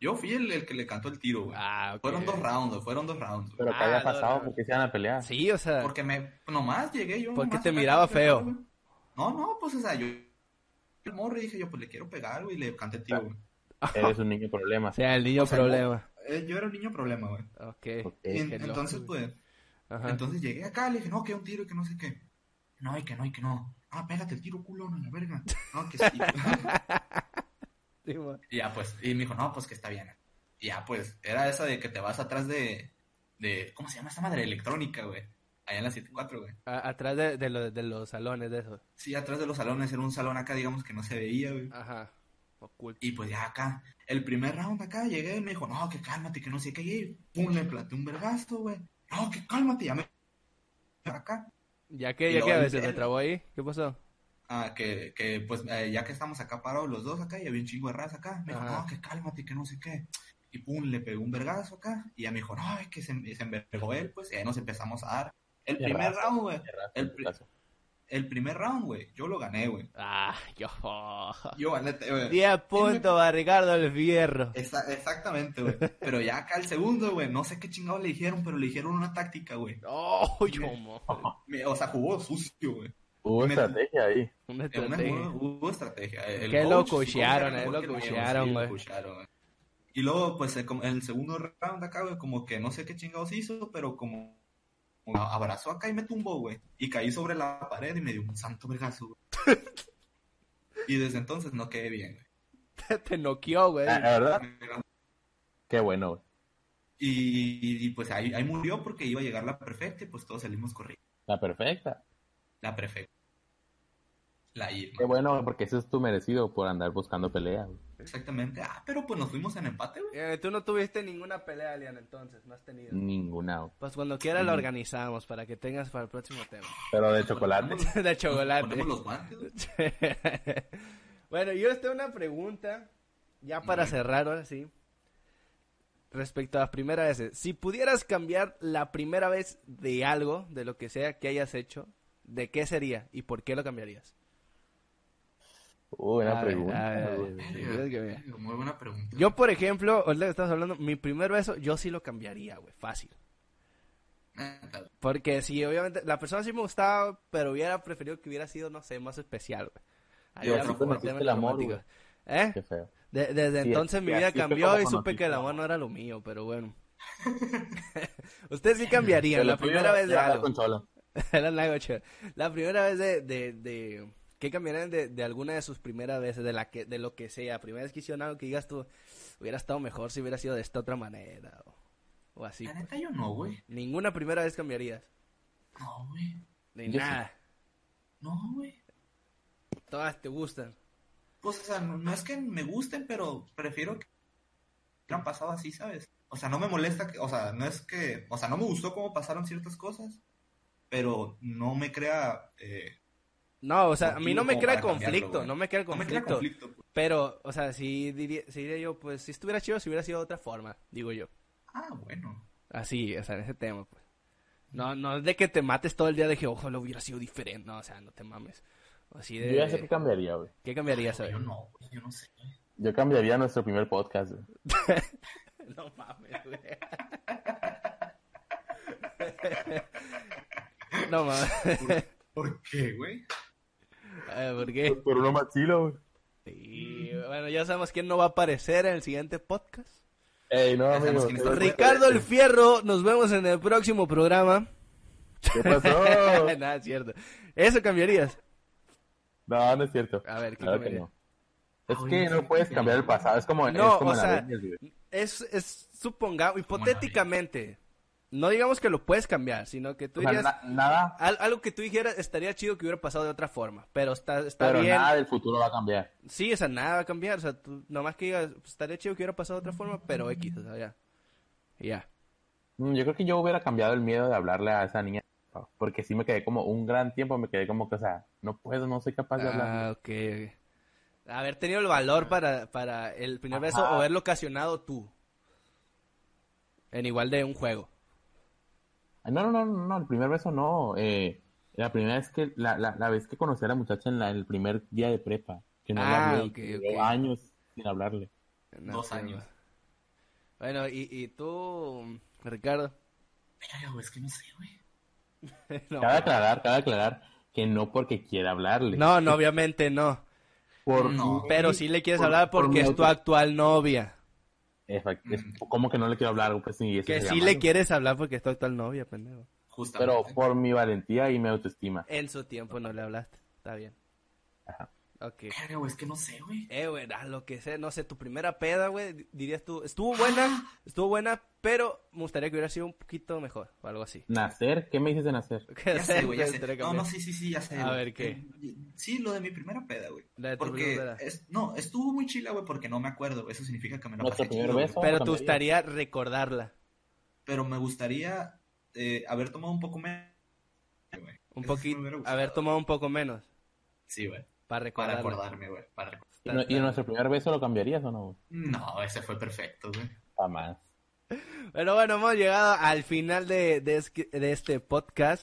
[SPEAKER 3] Yo fui el, el que le cantó el tiro, güey.
[SPEAKER 1] Ah, ok.
[SPEAKER 3] Fueron dos rounds, güey, fueron dos rounds, güey.
[SPEAKER 2] Pero que
[SPEAKER 1] Ah,
[SPEAKER 2] haya
[SPEAKER 1] no,
[SPEAKER 2] pasado
[SPEAKER 1] no.
[SPEAKER 2] porque se van a pelear.
[SPEAKER 1] Sí, o sea.
[SPEAKER 3] Porque me, nomás llegué yo.
[SPEAKER 1] Porque
[SPEAKER 3] nomás
[SPEAKER 1] te
[SPEAKER 3] acá,
[SPEAKER 1] miraba
[SPEAKER 3] como que,
[SPEAKER 1] feo.
[SPEAKER 3] güey. No, no, pues, o sea, yo. El morro y dije, yo, pues le quiero pegar, güey, y le canté
[SPEAKER 1] Ah.
[SPEAKER 3] el tiro, güey.
[SPEAKER 2] Eres un niño problema.
[SPEAKER 1] O sea, el niño
[SPEAKER 3] O sea,
[SPEAKER 1] problema.
[SPEAKER 3] Eh, yo era un niño problema, güey.
[SPEAKER 1] Ok.
[SPEAKER 2] Ok.
[SPEAKER 3] Y en-
[SPEAKER 1] qué loco,
[SPEAKER 3] entonces,
[SPEAKER 1] güey.
[SPEAKER 3] pues,
[SPEAKER 1] Ajá.
[SPEAKER 3] entonces llegué acá, le dije, no, que un tiro, que no sé qué. No, y que no, y que no. Ah, pégate el tiro, culón, a la verga. No, que sí.
[SPEAKER 1] Sí, güey.
[SPEAKER 3] y ya, pues, y me dijo, no, pues que está bien. Y ya, pues, era esa de que te vas atrás de, de ¿cómo se llama esta madre? Electrónica, güey. Allá en la 74, güey.
[SPEAKER 1] A- atrás de, de, lo- de los salones de eso.
[SPEAKER 3] Sí, atrás de los salones, era un salón acá, digamos, que no se veía, güey.
[SPEAKER 1] Ajá. Oculto.
[SPEAKER 3] Y pues ya acá, el primer round acá llegué y me dijo, no, que cálmate, que no sé qué. Y pum, le planté un vergazo, güey. No, que cálmate, ya me. Acá.
[SPEAKER 1] Ya que,
[SPEAKER 3] Y
[SPEAKER 1] ya
[SPEAKER 3] luego
[SPEAKER 1] que a
[SPEAKER 3] el
[SPEAKER 1] veces me
[SPEAKER 3] pelo.
[SPEAKER 1] trabó ahí. ¿Qué pasó?
[SPEAKER 3] Ah, que, que pues eh, ya que estamos acá parados los dos acá y había un chingo de raza acá. Me dijo,
[SPEAKER 1] Ajá.
[SPEAKER 3] no, que cálmate, que no sé qué. Y pum, le pegó un vergazo acá. Y ya me dijo, no, es que se, se envergó él, pues. Y ahí nos empezamos a dar. El
[SPEAKER 2] Qué
[SPEAKER 3] primer
[SPEAKER 2] raza,
[SPEAKER 3] round, güey.
[SPEAKER 2] Qué raro,
[SPEAKER 3] El,
[SPEAKER 2] en
[SPEAKER 3] pri-
[SPEAKER 2] tu caso.
[SPEAKER 3] el primer round, güey. Yo lo gané, güey.
[SPEAKER 1] Ah, yo.
[SPEAKER 3] Yo gané, güey.
[SPEAKER 1] 10 puntos para Ricardo el Fierro.
[SPEAKER 3] Esa- exactamente, güey. Pero ya acá el segundo, güey, no sé qué chingados le dijeron, pero le dijeron una táctica, güey.
[SPEAKER 1] Oh, yo, mo.
[SPEAKER 3] Me- O sea, jugó sucio, güey.
[SPEAKER 2] Hubo
[SPEAKER 3] me-
[SPEAKER 2] estrategia ahí.
[SPEAKER 1] Una
[SPEAKER 3] En una
[SPEAKER 1] estrategia.
[SPEAKER 3] jugada Hubo estrategia. eh, El
[SPEAKER 1] Que
[SPEAKER 3] coach,
[SPEAKER 1] lo
[SPEAKER 3] sí, como era
[SPEAKER 1] coachearon, eh,
[SPEAKER 3] mejor
[SPEAKER 1] lo
[SPEAKER 3] que el Bayern,
[SPEAKER 1] coachearon,
[SPEAKER 3] sí, lo
[SPEAKER 1] güey.
[SPEAKER 3] coachearon, güey. Y luego, pues, eh, como en el segundo round acá, güey, como que no sé qué chingados hizo, pero como como abrazó acá y me tumbó, güey. Y caí sobre la pared y me dio un santo vergazo, güey. Y desde entonces no quedé bien, güey.
[SPEAKER 1] Te, te noqueó, güey.
[SPEAKER 3] Ah,
[SPEAKER 2] Ah, La, la verdad, qué bueno, güey.
[SPEAKER 3] Y, y, pues ahí, ahí murió porque iba a llegar la perfecta y pues todos salimos corriendo.
[SPEAKER 2] La perfecta.
[SPEAKER 3] La perfecta. La Irma.
[SPEAKER 2] Qué bueno, güey, porque eso es tu merecido por andar buscando pelea. güey.
[SPEAKER 3] Exactamente. Ah, pero pues nos fuimos en empate, güey.
[SPEAKER 1] Eh, Tú no tuviste ninguna pelea, Lian, entonces. No has tenido.
[SPEAKER 3] Mm.
[SPEAKER 2] Ninguna. güey.
[SPEAKER 1] Pues cuando quieras la organizamos para que tengas para el próximo tema.
[SPEAKER 2] Pero de chocolate.
[SPEAKER 1] De chocolate.
[SPEAKER 3] Ponemos los guantes. güey.
[SPEAKER 1] bueno, yo les tengo una pregunta, ya para cerrar ahora sí. Respecto a las primeras veces, si pudieras cambiar la primera vez de algo, de lo que sea que hayas hecho, ¿de qué sería y por qué lo cambiarías?
[SPEAKER 2] Uh, buena
[SPEAKER 1] A ver, a
[SPEAKER 2] pregunta.
[SPEAKER 1] ver, a ver.
[SPEAKER 2] güey.
[SPEAKER 1] Dios que vea.
[SPEAKER 3] Muy buena pregunta.
[SPEAKER 1] Yo, por ejemplo, ahorita que estamos hablando, mi primer beso, yo sí lo cambiaría, güey, fácil.
[SPEAKER 3] Neta,
[SPEAKER 1] Porque si obviamente, la persona sí me gustaba, pero hubiera preferido que hubiera sido, no sé, más especial, güey. Ahí
[SPEAKER 2] Y
[SPEAKER 1] ya
[SPEAKER 2] así
[SPEAKER 1] me fue
[SPEAKER 2] conociste
[SPEAKER 1] tema
[SPEAKER 2] el amor,
[SPEAKER 1] romántico. ¿Eh?
[SPEAKER 2] Qué feo.
[SPEAKER 1] De- desde
[SPEAKER 2] Sí,
[SPEAKER 1] entonces
[SPEAKER 2] así-
[SPEAKER 1] mi
[SPEAKER 2] así
[SPEAKER 1] vida
[SPEAKER 2] fue
[SPEAKER 1] cambió
[SPEAKER 2] como
[SPEAKER 1] y supe
[SPEAKER 2] conocí
[SPEAKER 1] que el
[SPEAKER 2] tu
[SPEAKER 1] amor
[SPEAKER 2] amor.
[SPEAKER 1] no era lo mío, pero bueno. Ustedes sí cambiarían
[SPEAKER 2] Pero
[SPEAKER 1] la
[SPEAKER 2] tuyo
[SPEAKER 1] primera vez de
[SPEAKER 2] era
[SPEAKER 1] algo.
[SPEAKER 2] con Cholo.
[SPEAKER 1] Era la gocha. La primera vez de, de, de- ¿Qué cambiarían de, de alguna de sus primeras veces? De la que, de lo que sea. Primera vez que hicieron algo que digas tú, hubiera estado mejor si hubiera sido de esta otra manera. O, o así.
[SPEAKER 3] la neta yo no, güey.
[SPEAKER 1] Ninguna primera vez cambiarías.
[SPEAKER 3] No, güey.
[SPEAKER 1] Ni
[SPEAKER 2] Yo sí.
[SPEAKER 1] nada.
[SPEAKER 3] No, güey.
[SPEAKER 1] Todas te gustan.
[SPEAKER 3] Pues, o sea, no, no es que me gusten, pero prefiero que que han pasado así, ¿sabes? O sea, no me molesta, que, o sea, no es que, o sea, no me gustó cómo pasaron ciertas cosas, pero no me crea, eh,
[SPEAKER 1] No, o sea, a mí
[SPEAKER 3] Motivo
[SPEAKER 1] no me
[SPEAKER 3] como
[SPEAKER 1] crea
[SPEAKER 3] para cambiarlo,
[SPEAKER 1] conflicto.
[SPEAKER 3] güey.
[SPEAKER 1] No me crea
[SPEAKER 3] no me crea
[SPEAKER 1] conflicto.
[SPEAKER 3] conflicto. pues.
[SPEAKER 1] Pero, o sea, sí diría, sí diría yo, pues si estuviera chido, si hubiera sido de otra forma, digo yo.
[SPEAKER 3] Ah, bueno.
[SPEAKER 1] Así, o sea, en ese tema, pues. No, no es de que te mates todo el día de que ojalá hubiera sido diferente, no, o sea, no te mames. Así
[SPEAKER 2] Yo ya sé que
[SPEAKER 1] de...
[SPEAKER 2] cambiaría, güey.
[SPEAKER 1] ¿Qué cambiarías hoy?
[SPEAKER 3] Yo no, güey, yo no sé.
[SPEAKER 2] Yo cambiaría nuestro primer podcast, güey.
[SPEAKER 1] No mames, güey. No mames.
[SPEAKER 3] ¿Por qué, güey?
[SPEAKER 1] A ver, ¿Por qué?
[SPEAKER 2] Por uno más chilo, güey.
[SPEAKER 1] Sí, bueno, ya sabemos quién no va a aparecer en el siguiente podcast.
[SPEAKER 2] Ey, no,
[SPEAKER 3] Ya sabemos
[SPEAKER 2] amigo.
[SPEAKER 3] quién está
[SPEAKER 2] ¿Qué
[SPEAKER 1] Ricardo El Fierro, nos vemos en el próximo programa.
[SPEAKER 2] pasó?
[SPEAKER 1] Nada, es cierto. ¿Eso cambiarías?
[SPEAKER 2] No, no es cierto.
[SPEAKER 1] A ver, ¿qué
[SPEAKER 2] Claro que
[SPEAKER 1] cambiaría?
[SPEAKER 2] no. Es que no puedes cambiar el pasado. Es como,
[SPEAKER 1] No,
[SPEAKER 2] es como
[SPEAKER 1] o
[SPEAKER 2] en
[SPEAKER 1] sea,
[SPEAKER 2] Avengers, güey.
[SPEAKER 1] es, es supongamos, hipotéticamente, no digamos que lo puedes cambiar, sino que tú
[SPEAKER 2] O sea,
[SPEAKER 1] dirías,
[SPEAKER 2] na- nada,
[SPEAKER 1] al- algo que tú dijeras estaría chido que hubiera pasado de otra forma, pero está, está
[SPEAKER 2] pero
[SPEAKER 1] bien.
[SPEAKER 2] nada del futuro va a cambiar.
[SPEAKER 1] Sí, o sea, nada va a cambiar, o sea, tú, nomás que digas, pues, estaría chido que hubiera pasado de otra forma, pero X, o sea, ya. Y Ya.
[SPEAKER 2] Mm, Yo creo que yo hubiera cambiado el miedo de hablarle a esa niña. Porque sí me quedé como un gran tiempo, me quedé como que, o sea, no puedo, no soy capaz de hablar.
[SPEAKER 1] Ah, ok. ok. Haber tenido el valor para, para el primer beso o haberlo ocasionado tú. En igual de un juego.
[SPEAKER 2] No, no, no, no, el primer beso no. eh, la primera vez que, la, la, la vez que conocí a la muchacha en, la- en el primer día de prepa, que no le
[SPEAKER 1] Ah,
[SPEAKER 2] hablé, y
[SPEAKER 1] ok,
[SPEAKER 2] que
[SPEAKER 1] ok.
[SPEAKER 2] duró años sin hablarle.
[SPEAKER 1] No,
[SPEAKER 3] Dos
[SPEAKER 1] pero-
[SPEAKER 3] años.
[SPEAKER 1] Bueno, y, y tú, Ricardo.
[SPEAKER 3] Verga, güey, es que no sé, güey.
[SPEAKER 1] No,
[SPEAKER 2] Cabe aclarar, cabe aclarar que no porque quiera hablarle.
[SPEAKER 1] no, no, obviamente no.
[SPEAKER 2] Por-
[SPEAKER 3] No.
[SPEAKER 1] Pero sí le quieres
[SPEAKER 2] por-
[SPEAKER 1] hablar
[SPEAKER 2] por
[SPEAKER 1] porque es
[SPEAKER 2] miedo.
[SPEAKER 1] tu actual novia.
[SPEAKER 2] Efa- es como que no le quiero hablar, pues sí, eso
[SPEAKER 1] Que
[SPEAKER 2] se
[SPEAKER 1] sí
[SPEAKER 2] llama,
[SPEAKER 1] le
[SPEAKER 2] ¿no?
[SPEAKER 1] quieres hablar porque es tu actual novia, pendejo.
[SPEAKER 2] Pero
[SPEAKER 3] Justamente.
[SPEAKER 2] por mi valentía y mi autoestima.
[SPEAKER 1] En su tiempo no le hablaste. Está bien.
[SPEAKER 2] Ajá.
[SPEAKER 1] Ok.
[SPEAKER 3] Verga, güey, es que no sé, güey.
[SPEAKER 1] Eh, güey, a lo que sea, no sé, tu primera peda, güey, di- dirías tú, estuvo buena,
[SPEAKER 3] Ah.
[SPEAKER 1] estuvo buena, pero me gustaría que hubiera sido un poquito mejor, o algo así.
[SPEAKER 2] Nacer, ¿qué me dices de nacer?
[SPEAKER 3] Ya sé, güey, ya sé.
[SPEAKER 1] Tendría que
[SPEAKER 3] No,
[SPEAKER 1] cambiar.
[SPEAKER 3] no, sí, sí, sí, ya sé.
[SPEAKER 1] A
[SPEAKER 3] güey. Eh,
[SPEAKER 1] ver, ¿qué?
[SPEAKER 3] Sí, lo de mi primera peda, güey.
[SPEAKER 1] La de tu
[SPEAKER 3] Porque,
[SPEAKER 1] primera peda.
[SPEAKER 3] es- no, estuvo muy chila, güey, porque no me acuerdo. güey. Eso significa que me la
[SPEAKER 2] Nuestro
[SPEAKER 3] pasé
[SPEAKER 2] primer
[SPEAKER 3] chido, güey.
[SPEAKER 2] beso.
[SPEAKER 1] Pero te
[SPEAKER 2] también.
[SPEAKER 1] gustaría recordarla
[SPEAKER 3] Pero me gustaría eh, haber tomado un poco menos. güey.
[SPEAKER 1] un
[SPEAKER 3] Eso sí
[SPEAKER 1] poquito,
[SPEAKER 3] me hubiera gustado.
[SPEAKER 1] haber tomado un poco menos,
[SPEAKER 3] Sí, güey.
[SPEAKER 1] para
[SPEAKER 3] Para
[SPEAKER 1] recordarla.
[SPEAKER 3] acordarme, güey. para recordar-
[SPEAKER 2] ¿Y, no- y nuestro primer beso lo cambiarías o no?
[SPEAKER 3] No, ese fue perfecto, güey.
[SPEAKER 2] Jamás.
[SPEAKER 1] Pero bueno, hemos llegado al final de, de esque- de este podcast.